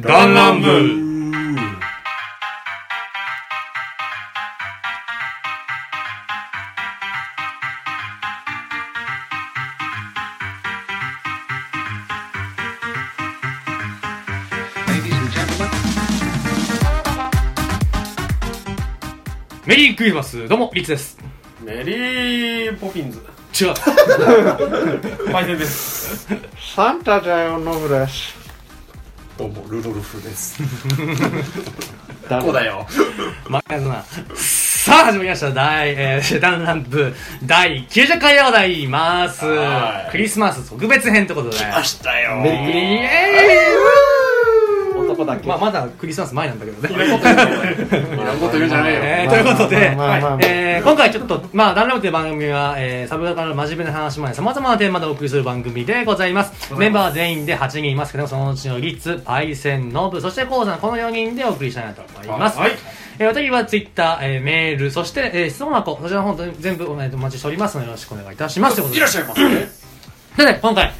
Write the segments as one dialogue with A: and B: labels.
A: ガンランブメリークリスマスどうもリツです
B: メリーポピンズ
A: 違う
B: パイセンです
C: サンタだよ、ノブです。
B: どうもルドルフです
C: だ
B: そうだよ
A: まっかずなさあ始まりました第、えー、ダンランブ第90回でございます
B: はい
A: クリスマス特別編ってことで
B: 明日よ
C: メリ
A: イエーイ
C: 男だけ。
A: まあまだクリスマス前なんだけどね
B: いらんこと言うんじゃねえ
A: えー
B: よ
A: ということで、
C: まあまあまあまあ
A: はいえー今回ちょっと、まあ、ダンラムという番組は、えー、サブカルの真面目な話まで様々なテーマでお送りする番組でございます。メンバー全員で8人いますけども、そのうちのリッツ、パイセン、ノブ、そしてコウさん、この4人でお送りしたいなと思います。
B: はい
A: えー、私はツイッター、えー、メール、そして、えー、質問箱、そちらの方全部おお待ちしておりますので、よろしくお願いいたします。とうこ
B: い
A: とで
B: らっしゃいませね
A: でね、今回、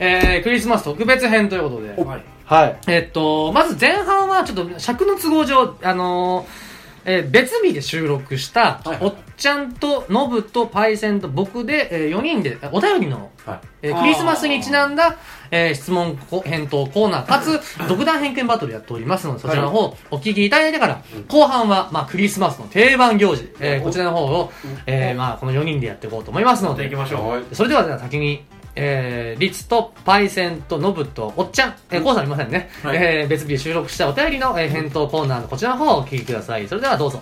A: えー、クリスマス特別編ということで、
B: はい
C: はい。
A: えっと、まず前半はちょっと尺の都合上、あのーえー別日で収録した、
B: はいはい
A: おっちゃんとノブとパイセンと僕で、え4人でえお便りの、
B: はい
A: えークリスマスにちなんだ、えー質問こ返答コーナーか つ独断偏見バトルやっておりますのでそちらの方お聞きいただいてから、後半は、まあ、クリスマスの定番行事、えーこちらの方を、えーまあ、この4人でやっていこうと思いますので。
B: ましょうはい
A: それではでは先に、えー、リツとパイセンとノブとおっちゃん、えー、コウさんいませんね、
B: はい
A: えー別日で収録したお便りの、えー返答コーナーのこちらの方をお聞きくださいそれではどうぞ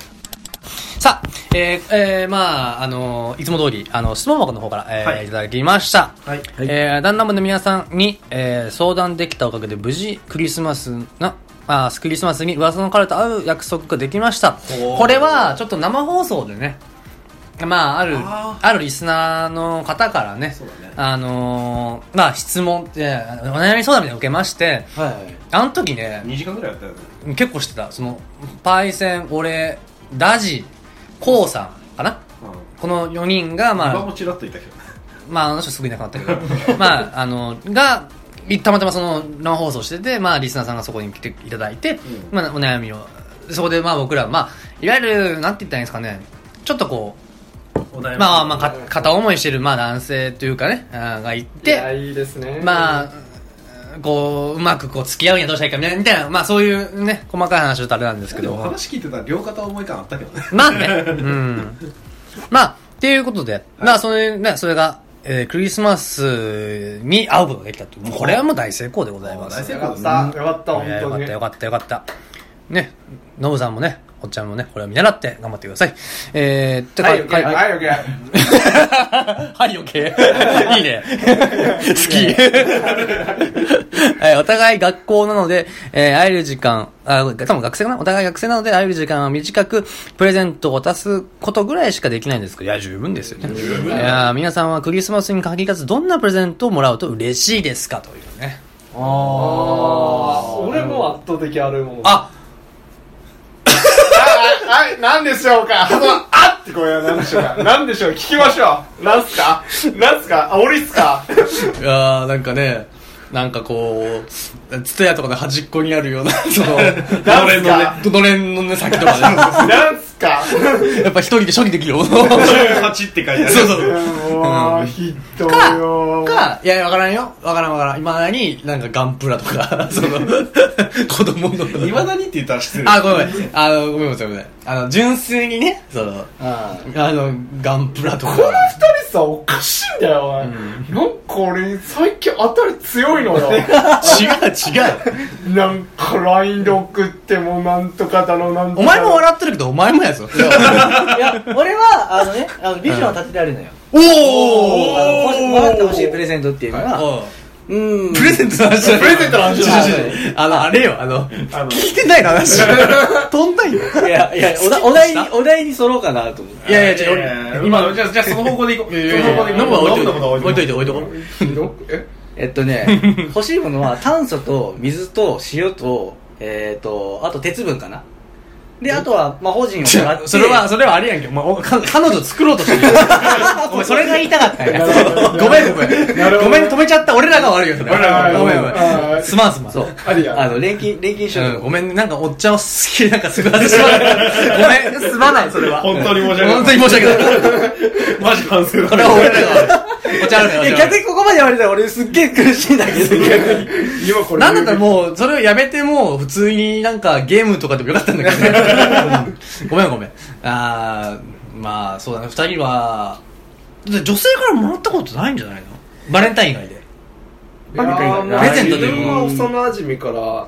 A: さあ、えーえーまあ、あのーいつも通り、あの、質問箱の方から、えー
B: はい
A: い、ただきました。
B: はい
A: えー、旦那部の皆さんに、えー相談できたおかげで無事クリスマスな、あークリスマスに噂の彼と会う約束ができました
B: おー
A: これはちょっと生放送でねまあある
B: あ
A: あるリスナーの方からね
B: そうだね
A: あのーまあ質問えーお悩み相談みたいなの受けまして
B: はい
A: あの時ね
B: 2時間ぐらいやったよね
A: 結構してたそのパイセン俺ダジコウさんかなこの4人がまあ
B: 今もちらっといたけど
A: まあ、あの人すぐいなくなったけど、 まあ、あの、が、いたまたまその生放送してて、まあ、リスナーさんがそこに来ていただいて、
B: う
A: まあ、お悩みを、そこでまあ僕らは、まあ、いわゆる、なんて言ったらいいんですかね、ちょっとこ
B: お
A: う、
B: 題
A: まあまあ、か片思いしてる、まあ男性というかね、あーがい
C: いや、
A: て、
C: いいですね。
A: ま
C: あ、
A: あ、こう、うまくこう、付き合うにはどうしたらいいかみたいな、みたいな、まあそういうね、細かい話をたれなんですけ
B: で
A: ど。
B: も話聞いてたら両肩重い感あったけどね
A: まあね。うん。まあ、っていうことで、まあ、それ、ね、それが、えークリスマスに会うことができたと。もうこれはもう大成功でございます。
B: 大成
C: よ
B: 功
C: かった、よかった、
A: いやよ
C: 本
A: か
C: 当
A: っ
C: に
A: た、。よかった、よかった。ね、ノブさんもね、おっちゃんもね、これを見習って頑張ってください。えー、って
C: はい、オッケー、
A: はい、
C: はい、オッケー。
A: はい、OK。いいね。 好き。はいお互い学校なので、えー会える時間、あ、多分学生かなお互い学生なので会える時間は短く、プレゼントを渡すことぐらいしかできないんですけど、いや、十分ですよね。十分いやー、皆さんはクリスマスに限らず、どんなプレゼントをもらうと嬉しいですかというね。
C: あー、俺も圧倒的あるもん。
A: あ
C: はい、はい、なんでしょうか。そのあってこれはなんでしょうか。なんでしょう、聞きましょう。なんすかなんすかあ、俺っすか
A: いやー、なんかね、なんかこう、ツタヤとかの端っこにあるよう な、その、
C: のれんのね、
A: のれんのね、先とか
C: なんすか
A: ね。やっぱ一人で処理できるよ。
B: 18って書いてある
A: そうそう。
C: もう、ひどいよ。
A: か、いや、わからんよ。わからんわからん。いまだに、なんかガンプラとか、 その、子供の。
B: いまだにって言ったら失礼
A: あ、ごめんごめん。あの、ごめんごめんごめん。あの、純粋にね、その、
C: うん
A: あの、ガンプラとか。
C: この二人さおかしいんだよお前、なんか俺最近当たり強い のよ
A: 違う違う。
C: なんか LINE で送ってもなんとかだのなんとか
A: お前も笑ってるけど、お前もやぞ。
D: いや、俺は、あのね、あのビジョンを立ててあるのよ。
A: お
D: あの
A: お
D: 欲し分かってほしいプレゼントっていうのは、うん。
A: プレゼントの話じゃない
C: プレゼントの話じゃない
A: 違う違う違うあの、あれよ、あの、聞いてないの話。飛んだんよ。
D: いや、いや、 おだお題に、お題に揃ろうかなと思って。
A: いやいや、違う、俺、今、
B: じゃあじゃあその方向でいこうそ
A: いやいや
B: の方向でいこう
A: ノブは置い
B: ノ
A: といて
B: ブのこと
A: 置
B: はい
A: と
B: て
A: いて置いとこう
C: ひどくえ
D: えっと ね、欲しいものは炭素と水と塩と、えっと、あと鉄分かな。
E: で、あとは魔法陣をもらっ て。
A: それは、それはありやんけ。お前おか 彼女作ろうとしてる。 お前、それが言いたかったんや。ごめんごめ
C: なる
A: ん。
C: ほ
A: ご
C: ど
A: めん、止めちゃった。俺らが悪いよ、それ
C: 俺らが悪い
A: ごめんごめ
C: あー
A: ん。すまんすまん。
E: そう。
C: ありや
E: あの、錬金、錬金しよう
A: うん
E: と
A: ごめん、なんかおっちゃんを好きなんかすぐ外しまった。ごめん、すまない、それ は。
F: 本当に申し訳ない
A: 本当に申し訳ない。
F: マジ反省だ
A: これは俺らが悪い。お茶ある
E: いや、逆にここまで言われたら俺すっげえ苦しいんだけど。
C: 今これ。
A: なんだったらもう、それをやめても、普通になんかゲームとかでもよかったんだけどね。 うんごめんごめん。あー、まあ、そうだね、二人は、だって女性からもらったことないんじゃないのバレンタイン以外で。
C: いやー
A: プレゼントで
C: 自分は幼馴染から。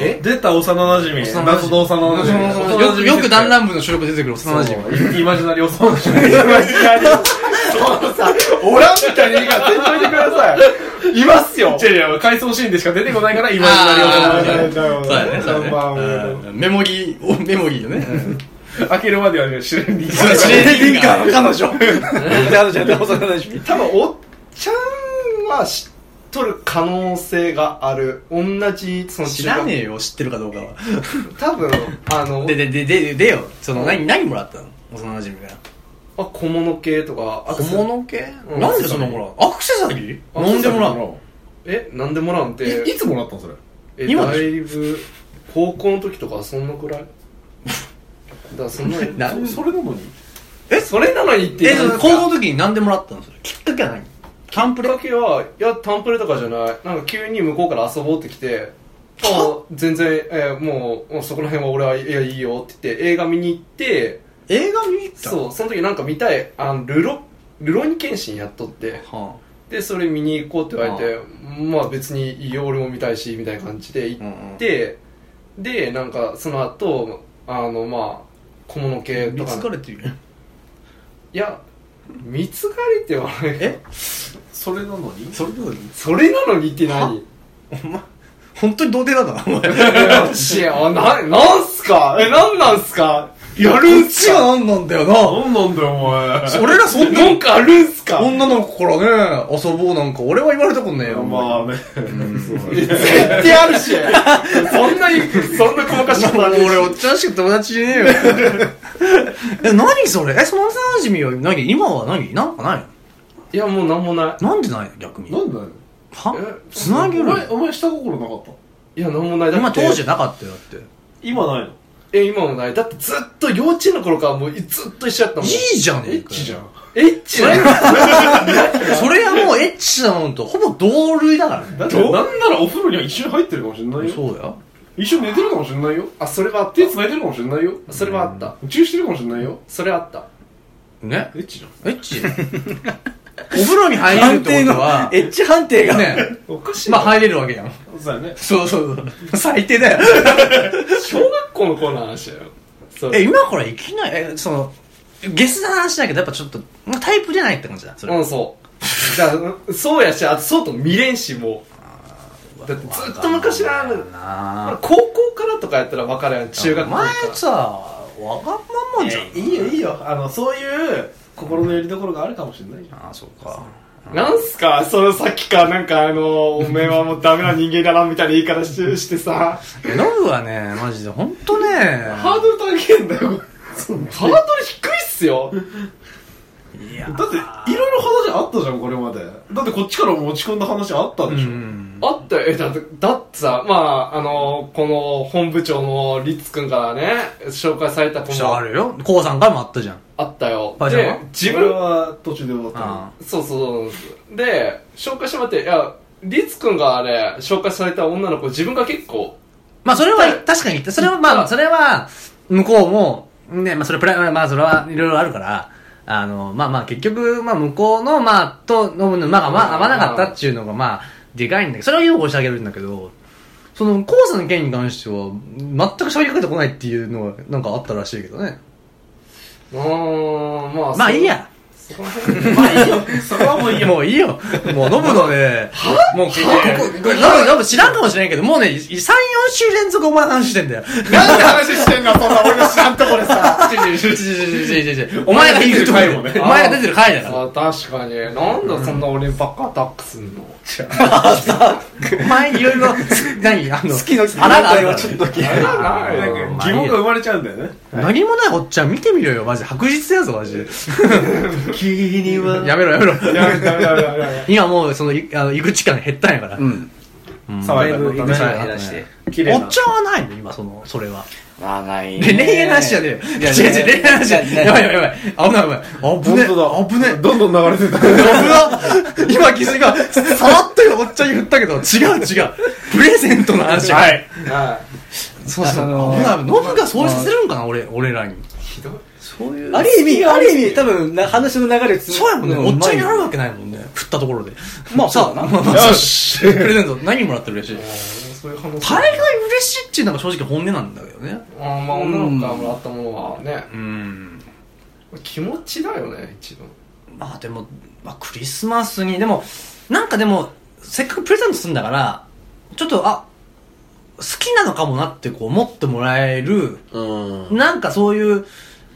C: え
F: 出た幼馴染
A: 幼馴染
F: 謎の幼馴染
A: よく、よく弾丸部の主力出てくる幼馴染。
F: イマジナリ幼馴染
C: そうさ、おらんみたいに言い方絶対てください。いますよ。
F: いやいや回想シーンでしか出てこないからイマジ
A: あ
F: ナリ幼
A: ー
C: だよ
A: そうだね、そう
C: ナンバ
A: だ
C: ー
A: ね。うんメモリー、おメモリーのね。
F: 女開けるまではね知らんに
A: それ知れていいか。
E: 彼女。彼女やった幼馴染。
C: 多分、おっちゃんは知っとる可能性がある。同じ、その
A: 知らね
C: え。
A: えよ、知ってるかどうかは。
C: 多分、あの
A: で、、で、で、で、でよ。その、何、何もらったの幼馴染から。
C: あ小物系とか、アク
A: 小
C: セ
A: 物系
C: うん
A: なんでそんなもらうアクセサリーなんでもらうの
C: え、なんでもらうんて。
F: つもらったのそれ
C: え
A: 今
C: だ
A: でしょ
C: いぶ高校の時とかそんなくらいだからそんなに
A: なん
F: それなのに
C: えそれなのにって
A: え、
C: 言
A: そうの
C: んです
A: 高
C: か
A: 校の時になんでもらったのそれ。きっかけは何キャンプ
C: きっかけはいやタンプレとかじゃないなんか急に向こうから遊ぼうってきてあ全然、えーもうもうそこら辺は俺はいやいいよって言って映画見に行って
A: 映画見に行った
C: そうその時なんか見たいあのルロルロニケンシンやっとって
A: は
C: でそれ見に行こうって言われてまあ別にいいよ俺も見たいしみたいな感じで行っ
A: あうんうん
C: ででなんかその後あのまあ小物系と
A: 見つか
C: か
A: れてるよ
C: いや見つかりって言わない
A: え
F: それなのに
A: それどうだ
C: それなのにって何
A: お前、 本当に童貞だな、お前。
C: よしあななんすかえなんなんすかやるん
A: う
C: す
A: ちが
C: か
A: 何なんだよ
F: 何なんだよお前
A: な。俺らそんな
C: 文句あるんすか
A: 女の子からね、遊ぼうなんか俺は言われたことねえよ。
F: まあね
C: 絶対あるし そんなにそんな細かしく
A: もう
C: なる
A: 俺おっちゃんしか友達いねえよ え何それえその幼馴染は何今は何なんかない
C: いやもうなんもない
A: のなんでないの逆に
F: なんだよ
A: は
C: え
A: つなげ
F: お
A: るの
F: 前お前下心なかった
C: いやなんもないだ
A: 今
C: って
A: 当時なかったよだって
F: 今ないの
C: え今もないだってずっと幼稚園の頃からもうずっと一緒やったもん
A: いいじゃねえか
F: じゃん
C: エッチな
A: それはもうエッチなのとほぼ同類だからね
F: だってなんならお風呂には一緒に入ってるかもしれないよ
A: そうだよ
F: 一緒に寝てるかもしれないよ
C: あそれはあった
F: 手繋いでるかもしれないよ
C: それはあった
F: 宇宙してるかもしれないよ
C: それあった
A: ね
F: エッチじゃん
A: エッチお風呂に入れるってことは
E: エッジ判定が。
A: ね
F: おかしい
A: まあ入れるわけやん
F: そうだよね
A: そうそうそう最低だよ
C: 小学校の頃の話だよそ
A: え
C: れ
A: 今からいきなりえそのゲスな話だけどやっぱちょっとまあタイプじゃないって感じだそれ
C: うんそうじゃあそうやしあとそうとも見れんしもうだってずっと昔のあの
A: な
C: 高校からとかやったら分かるやん中学校
A: お
C: とか
A: 前さわがままじゃん、
F: いいよいいよあのそういう心のよりどころがあるかもしれないじゃん
A: ああそうか
C: なんすかそのさっきからなんかあのおめえはもうダメな人間だなみたいな言い方ししてさ
A: いやノブはねマジで本当ね
F: ハードル高いんだよこ
C: ハードル低いっすよ
A: いや
F: れだっていろいろ話あったじゃんこれまでだってこっちから持ち込んだ話あった
A: う
F: でしょ、
A: ん
C: あったよえだってだってさまああのこの本部長のリッツくんからね紹介されたこ
A: そし
C: の
A: たらあるよコウさんからもあったじゃん
C: あったよ
A: パジャ
C: で
A: マ
C: 自
F: 俺
C: 分
F: は途中で終わった
A: あ
C: そうそうそうで紹介してもらっていやリツくんがあれ紹介された女の子自分が結構
A: まあそれ
C: は
A: はい確かに言ったそれはまあそれは向こうもねまあそれプライまあそれはいろいろあるからあのまあまあ結局まあ向こうのまあとノブのまあまあ合わなかったっていうのがまあでかいんだけどそれは擁護してあげるんだけどそのコウさんの件に関しては全く喋りかけてこないっていうのはなんかあったらしいけどね
C: うーんまあ
A: まあ
C: そう
A: いいや
C: そこら辺
F: まあいいよ。そこはもういいよ。
A: もういいよ。もうノブのね、もうここ、ここれノブ、ノブ知らんかもしれんけど、もうね、3、4週連続お前の話してんだよ。
F: 何の話してんのそんな俺の知らんとこでさ。
A: 違う違う違う違う違う違うお前が言うとこ
F: お前が出てる回もね
A: お前が出てる回だから。
C: あ確かになんだそんな俺ばっかアタックすんの
A: お前いろいろ、何あの、
G: 好きの人
A: 腹がある
G: はちょっと気になる
C: な
F: なん
C: い
F: か疑問が生まれちゃうんだよね。
A: 何もないおっちゃん見てみろよ、マジ。白日やぞ、マ ジで。
G: 君は
A: やめろやめろ。
F: やめやめやめやめ。
A: 今もう、その、いあの、行く力減ったんやから。
G: うん
A: うん
F: 爽や
G: だい
F: か
G: ぶ減
F: になったね。
G: らして
F: 綺麗
A: お
F: な。
A: っちゃんはないの今、その、それは。
G: まあないね
A: 恋愛の話じゃねえよ。
G: いや
A: 違う違う、恋愛の話じゃねえ。やばいやばいやばい。危ない危ない。
F: 本
A: 危ねえ。危ねえ。
F: どんどん流れてた。
A: 危な今気づいた。さらっと今おっちゃんに振ったけど、違う違う。プレゼントの話。はい。
C: は
A: そうそう。
G: あ
A: 危
G: のー
A: ない。ノブがそうさせるんかな、俺、俺らに。
C: いひどい
A: そういう。
E: ある意味、ある意味、多分、な話の流れつ
A: そうやもんね。おっちゃんにあるわ
E: け。
A: けないもんね。振ったところで。
E: まあ
A: さ
E: そう
A: あ、
E: だな
A: まあまあ
F: よし
A: そうプレゼント何もらってる嬉しい
C: あ。ーそういう話
A: 大概嬉しいっていうのが正直本音なんだけどね。
C: あーまあ女の子からもらったものはね
A: うん。
C: 気持ちだよね一番
A: まあでも、まあ、クリスマスにでもなんかでもせっかくプレゼントするんだからちょっとあ好きなのかもなってこう思ってもらえる
G: うん
A: なんかそういう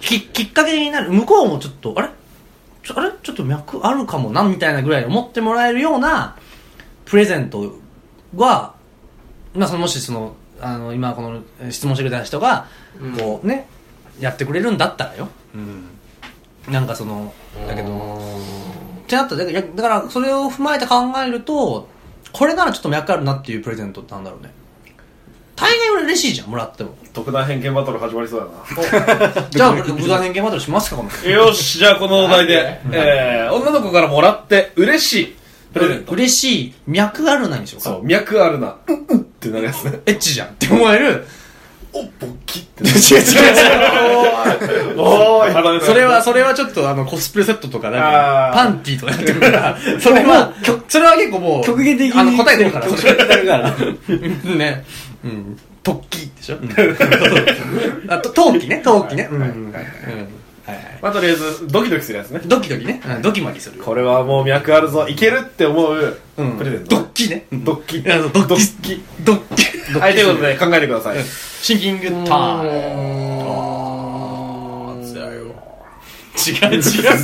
A: ききっかけになる向こうもちょっとあれちょあれちょっと脈あるかもなみたいなぐらい思ってもらえるようなプレゼントは、まあ、そのもしそのあの今このえー質問してくれた人が
C: うん
A: こうね、やってくれるんだったらよ、なんかそのだけどってなったらだからだからそれを踏まえて考えるとこれならちょっと脈あるなっていうプレゼントってなんだろうね大概俺嬉しいじゃんもら っても
F: 特段偏見バトル始まりそう
A: じゃあ無駄偏見バトルしますかこの
F: だな。よし、じゃあこのお題で、えー、女の子からもらって嬉しいプレゼント。
A: 嬉しい脈あるなにしよう
F: そ
A: か
F: う、脈あるな。うんうんってなるやつね。
A: エッチじゃんって思える
F: お、ぼっきって。
A: 違う違う違う
F: おーい。腹
A: それはそれはちょっとあのコスプレセットとかなん
F: あ
A: か
F: ー
A: パンティーとかやってる からそれはそれは結構もう
E: 極限的に。
A: あの答え出るから
E: 極限的になるから。
A: ね。うん。突起でしょあと、陶器ね、陶器ね。うん。うんはいはい。
F: まあ、とりあえず、ドキドキするやつね。
A: ドキドキね。うんドキマキする。
F: これはもう脈あるぞ、いけるって思う
A: うん
F: プレゼント。
A: ドッキね。
F: ドッキ
A: あのドッキ
F: キ。
A: ドッキ。
F: はい、ということで考えてください。
A: シンキングタイム。あー強いよ違う違う。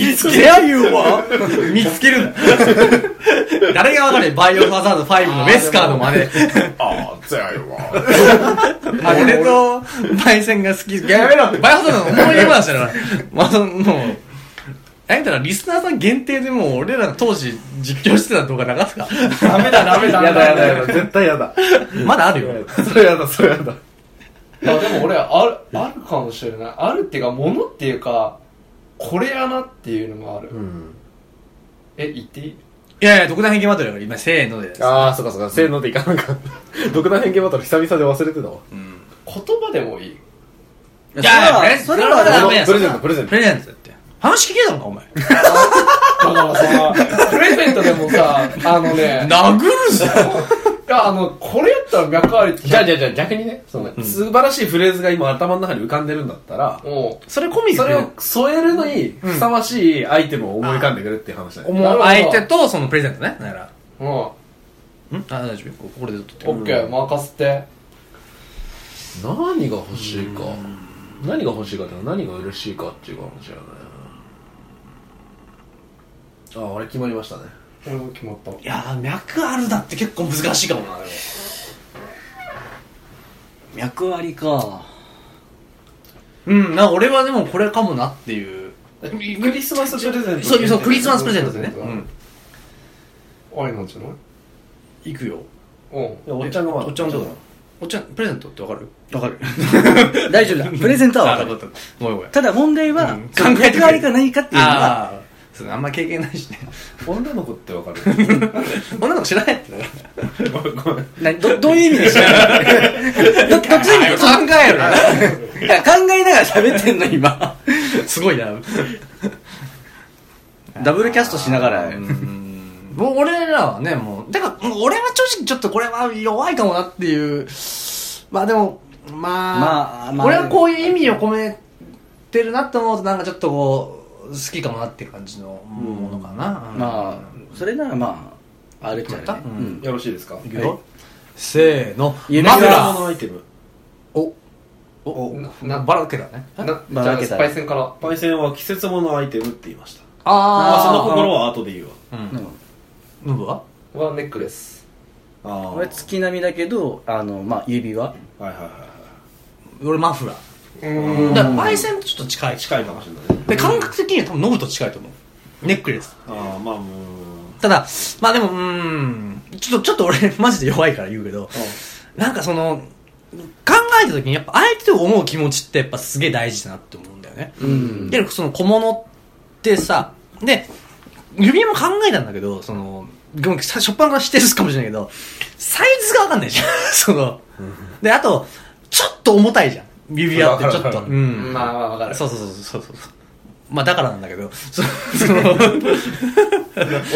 A: 見つけるは 見つける。誰がわかるバイオハザード5のメスカーの真似。
F: ああ、強いわ。
A: あ俺と、パイセンが好き。やめろって、バイオハザードの思い出話だから。 まあ、その、もう、なんだらリスナーさん限定でもう俺らの当時実況してた動画流すか
C: ダメだダメだ
F: やだやだやだ、絶対やだ。
A: まだあるよ。
F: それやだ、それやだ。
C: いやでも俺あるあるかもしれないあるっていうかものっていうかこれやなっていうのがある、え言っていい
A: いやいや、独断偏見バトルよ。今、せーのでです。
F: ああ、そっかそっか、せーのでいかなか った。独断偏見バトル久々で忘れてたわ。
C: 言葉でもいい
A: いやいや、
E: そ
A: そ
E: れ
A: れ
E: は
A: はダメや。
F: プレゼント、プレゼン
A: プレゼントだって。話聞けたのか、お前。
C: だから さプレゼントでもさあのね
A: 殴るぞ
C: いやあのこれやったら脈ありって
F: ト。じゃあじゃあじゃあ逆にね、その、素晴らしいフレーズが今頭の中に浮かんでるんだったら、
C: も
A: それ込みで
F: それを添えるのに、ふさわしいアイテムを思い浮かんでくるっていう話だよ。
A: 思う相手とそのプレゼントね。だから。
C: ううんオ
A: んあ、大丈夫。ここれで取って
C: ッケー任せて
F: 何が欲しいか。何が欲しいかって何が嬉しいかっていうかもしれない。ああ、俺決まりましたね。
C: 俺も決まった
A: いやー、脈あるだって結構難しいかもな、でも
E: 脈ありか。
A: うん、な俺はでもこれかもなっていう。
F: クリスマスプレゼント。
A: そう、そう、クリスマスプレゼントでね。
C: う
A: うんん。
C: あれなんじゃない
A: 行くよ。
C: う
F: い
C: ん
F: やおっちゃんがまだ
A: おっちゃんどうだおっちゃん、プレゼントってわかるわかる。
E: 大丈夫だ。プレゼントは
A: あ、
E: 分
A: わ
E: か
A: かっ
E: る。
A: た。ごめんごめん。
E: ただ問題は、
A: うん
E: その
A: 考えてくれ
E: 脈ありか何かっていうのは、
A: ああ。そうあんま経験ないしね。
F: 女の子ってわかる
A: 女の子知らないってだか
F: ごめんごめん
E: など、どういう意味でしょど、どっちに
A: ら。考える
E: いや考えながら喋ってんの、今。
A: な。 すごいな。
E: ダブルキャストしながら。
A: うん もう俺らはね、もう、だから、俺は正直ちょっとこれは弱いかもなっていう、まあでも、まあ、
E: まあまあ
A: 俺はこういう意味を込めてるなと思うと、なんかちょっとこう、好きかもなって感じのものかな。
E: まあそれならまああるっちゃ
A: 決ま
E: ね
A: った
E: う
A: うん
E: ん
B: よろしいですか
A: いくよ。せーの。
E: 夢
A: マフ
E: 枕
A: ラ
B: の
A: ー。
B: アイテム。
A: お、お、なばらけだね。
C: な
E: ば
C: じゃ
E: ら
C: あ
E: け
C: ス
E: た
C: パイセンから
B: パイセンは季節物アイテムって言いました。まあ、そ
A: あ
B: の心は後で言うわ。
A: あ。う。
E: うんん
A: ヌブは
C: はネックレス
B: あ
E: 俺月並みだけどあのまあ指輪
B: はいはいはい
A: 俺マフラー。
C: うん
A: だから、パイセンとちょっと近い。
B: 近いかもしれないね。
A: で、感覚的には多分ノブと近いと思う。ネックレス。
B: ああ、まあ、うーん。
A: ただ、まあでも、うーん、ちょっと、ちょっと俺、マジで弱いから言うけど、なんかその、考えた時にやっぱ相手を思う気持ちってやっぱすげえ大事だなって思うんだよね。
E: うん
A: で、その小物ってさ、で、指輪も考えたんだけど、その、ごめん、さ初っ端から否定するかもしれないけど、サイズがわかんないじゃん。 その、で、あと、ちょっと重たいじゃん。指輪ってちょ
B: わ
A: っ
B: かる
A: と。
B: わか
A: う
B: る
A: ん。
C: まあまあわかる
A: そうそうそうそうそう。まあだからなんだけど、そその、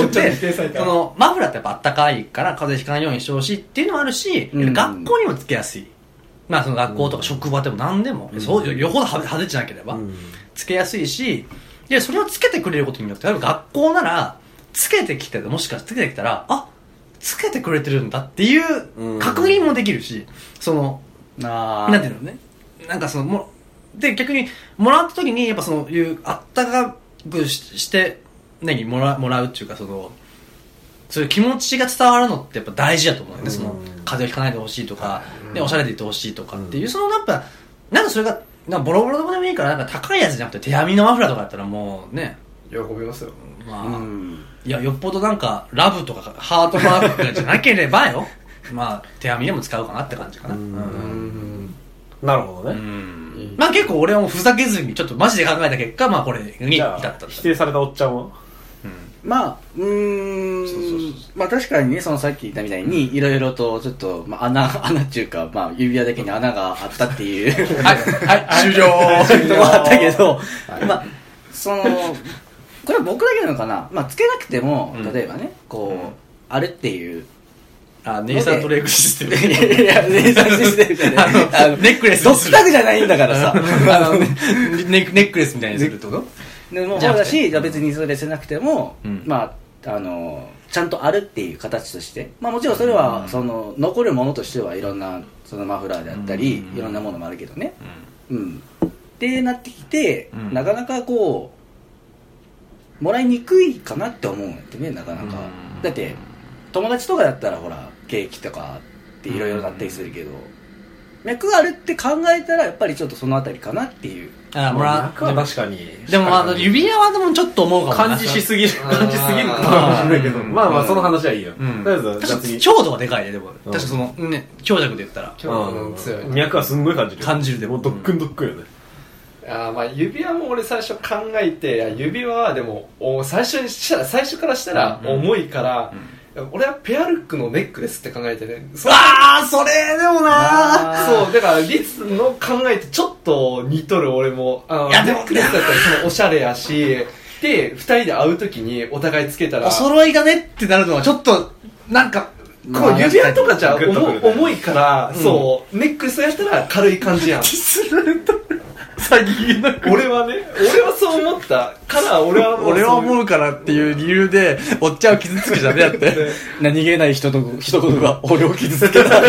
C: おっちゃんに否定された
A: そのマフラーってやっぱあったかいから風邪ひかないようにしてほしいっていうのもあるし、
E: うん
A: 学校にもつけやすいまあその学校とか職場でも何でも、そうよよほど派派手じゃなければ、つけやすいしでそれをつけてくれることによって例えば学校ならつけてきてもしかしてつけてきたらあつけてくれてるんだっていう確認もできるし、その
E: あ
A: なんていうのね。なんかその、も、で、逆に、もらった時に、やっぱその、いう、あったかくしして、何、もら、もらうっていうか、その、そういう気持ちが伝わるのってやっぱ大事だと思うよね。その、風邪をひかないでほしいとか、ね、おしゃれでいてほしいとかっていう、その、やっぱ、なんかそれが、なんかボロボロでもでもいいから、なんか高いやつじゃなくて手編みのマフラーとかだったらもうね、
C: 喜びますよ
A: まあ、
E: うん
A: いや、よっぽどなんか、ラブとか、ハートマークとかじゃなければよ、まあ、手編みでも使うかなって感じかな。うん
C: うん
B: なるほどね。
A: うんまあ結構俺はもうふざけずにちょっとマジで考えた結果まあこれに
B: じ
A: 至
B: ゃ
A: ったん
B: あ、
A: だ
B: 否定されたおっちゃんは
E: まあうーん
B: そうそうそう
E: まあ確かにねそのさっき言ったみたいにいろいろとちょっと、まあ、穴 穴っていうか、まあ、指輪だけに穴があったっていう
A: はいはい終了
E: とこあったけど、まあそのこれは僕だけなのかな、まあ、つけなくても
A: うん
E: 例えばね、こう、あるっていう
A: あネイサントレイクシステム
E: いやいやネイサンシステムじゃない
A: あのネックレス
E: ド
A: にす
E: ッ
A: る
E: タグじゃないんだからさあのね
A: ネネックレスみたいにするってこと
E: でも
A: じゃ
E: そ
A: な
E: う
A: くて
E: だしじゃあ別にそれせなくても、
A: うん
E: まああのちゃんとあるっていう形として、まあ、もちろんそれは、
A: うん
E: その残るものとしてはいろんなそのマフラーであったり、
A: うん
E: いろんなものもあるけどね、うん、ってなってきて、
A: うん
E: なかなかこうもらいにくいかなって思うんやってねなかなか、
A: うん
E: だって友達とかだったらほらケーキとかっていろいろなったりするけど、脈があるって考えたらやっぱりちょっとそのあたりかなっていう
A: あもら
B: まあ確かに。
A: でもまあ指輪はでもちょっと思うかも
B: 感じしすぎる。
C: あー
B: 感じすぎるかもしれないけど。
A: うん
B: まあまあ、その話はいいよ。と
A: う
B: り
A: ん
B: あえず、じゃあ
A: 確か
B: 次
A: に。強度がでかいねで
B: う
A: も
B: ん
A: 確かそのね強弱で言ったら
C: 今日の強い
B: 脈はすんごい感じる。
A: 感じるで
B: もうどっくんどっくんよね。
C: あーまあ指輪も俺最初考えていや指輪はでもお最初にしたら最初からしたら
A: うん
C: 重いから、俺はペアルックのネックレスって考えてねそう
A: ああそれでもな
C: そうだからリツの考えてちょっと似とる俺もあの
A: いやで
C: ネ
A: も
C: ックレスだったらそのおしゃれやしで2人で会う時にお互いつけたら
A: お揃いだねってなるのはちょっとなんか
C: こう指輪とかじゃ
B: グッとく
C: 重
B: るね
C: 重いから、そうネックレスやったら軽い感じやん
A: 詐欺な
C: 俺はね俺はそう思ったから俺はも う
A: 俺は
C: そう。
A: 思うからっていう理由で、おっちゃんを傷つくじゃねえって
C: ね
E: 何気ない人の一言が俺を傷つけた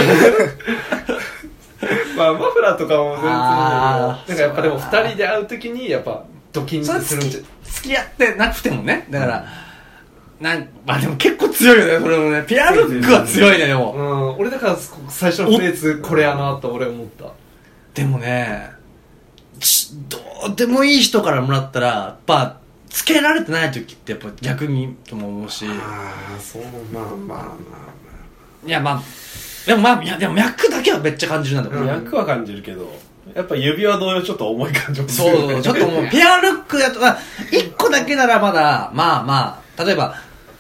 C: まあマフラーとかも全然
A: あー
C: なんかやっぱでも2人で会う時にやっぱドキン
A: そ
C: と
A: れ
C: す
A: 付
C: るん
A: き
C: じゃ、
A: 付き合ってなくてもね。だから、なん、まあでも結構強いよね、それもね。ピアルックは強いね、で
C: う
A: も。
C: ん俺だからそ最初のフレーズこれやなと俺思った
A: でもね、ちどうでもいい人からもらったら、やっぱ、つけられてない時ってやっぱ逆にとも思うし。
C: ああそうまあまあま
A: いや、まあ、でもまあ、いや、でも脈だけはめっちゃ感じるなんだよ、
C: うん
B: 脈は感じるけど、やっぱ指輪同様ちょっと重い感じもす
A: そ
B: る
A: う
B: よね。
A: そう、ちょっと もう、ペアルックだと、まあ一個だけならまだ、まあまあ、例えば、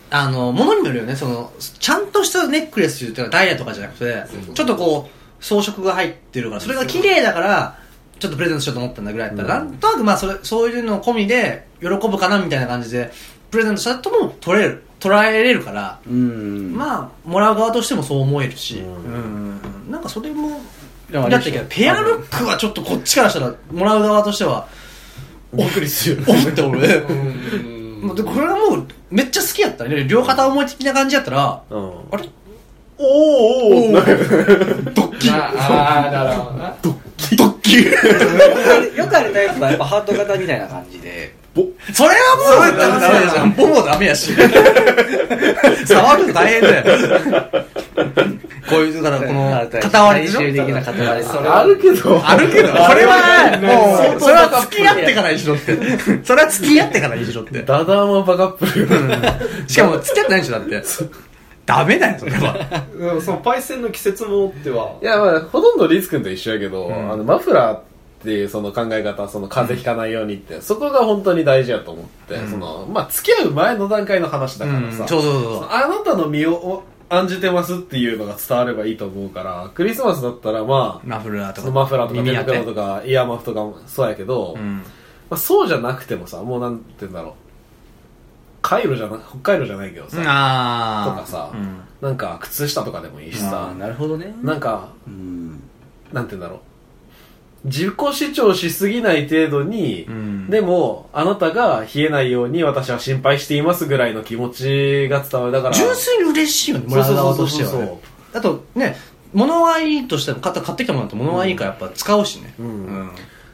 A: あの、ものにもよるよね、その、ちゃんとしたネックレスっていうのはダイヤとかじゃなくて、ちょっとこう、装飾が入ってるから、それが綺麗だから、ちょっとプレゼントしようと思ったんだぐらいだったら、なんとなくまあ、それ、そういうの込みで、喜ぶかなみたいな感じで、プレゼントしたとも取れる、捉えれるから、
E: うん
A: まあ、もらう側としてもそう思えるし、
B: うん
A: うんなんかそれも
E: でもあれ
A: だっ
E: で
A: て
E: しょ
A: ペアルックはちょっとこっちからしたらもらう側としてはお送りするよって俺
C: うん
A: まあでこれがもうめっちゃ好きやったね両肩思い的な感じやったら
F: うん
A: あれおーおーおードッキリ
C: なああなるほどな
A: ドッキリ
E: よくあるタイプはやっぱハート型みたいな感じで
A: それはもうダメじゃん。もうダメやし。 触るの大変だよ。こういう、だからこの、片割れでしょ
E: 最終的な片割れ
C: それ
F: あるけど
A: あるけど、それは、も
E: 相当
A: う、それは付き合ってからにしろって。それは付き合ってからにしろって。
F: ダダーマバカップル
A: しかも付き合ってないでしょ、だって。ダメだよ、それは。
C: でもそのパイセンの季節もってはい
F: やまあほとんどリツくんと一緒やけど、
A: ん
F: あのマフラーっていうその考え方その風邪ひかないようにって、そこが本当に大事やと思って、そのまあ付き合う前の段階の話だ
A: う
F: から
A: ん、そ
F: さ、
A: うそうそう。
F: あなたの身を案じてますっていうのが伝わればいいと思うからクリスマスだったらまあ
A: マフラーとか。
F: そのマフラーとか
A: 耳
F: 手
A: 当て
F: 袋とかイヤーマフとかもそうやけど、
A: う
F: ま
A: ん。
F: あ、そうじゃなくてもさもうなんて言うんだろうカイロじゃな北海道じゃないけどさ、
A: あー
F: とかさ
A: うん
F: なんか靴下とかでもいいし
E: あ
F: さ
E: ーなるほどね
F: なんか
E: うん
F: なんて言うんだろう。自己主張しすぎない程度に、
A: うん
F: でも、あなたが冷えないように私は心配していますぐらいの気持ちが伝わる。だから、
A: 純粋に嬉しいよね、もらう側としては
F: そうそう
A: ね
F: そ
A: あ
F: う。
A: とね、物はいいとしても、買った買ってきたものだと物はいいからやっぱ使うしね。
F: う
A: うんん。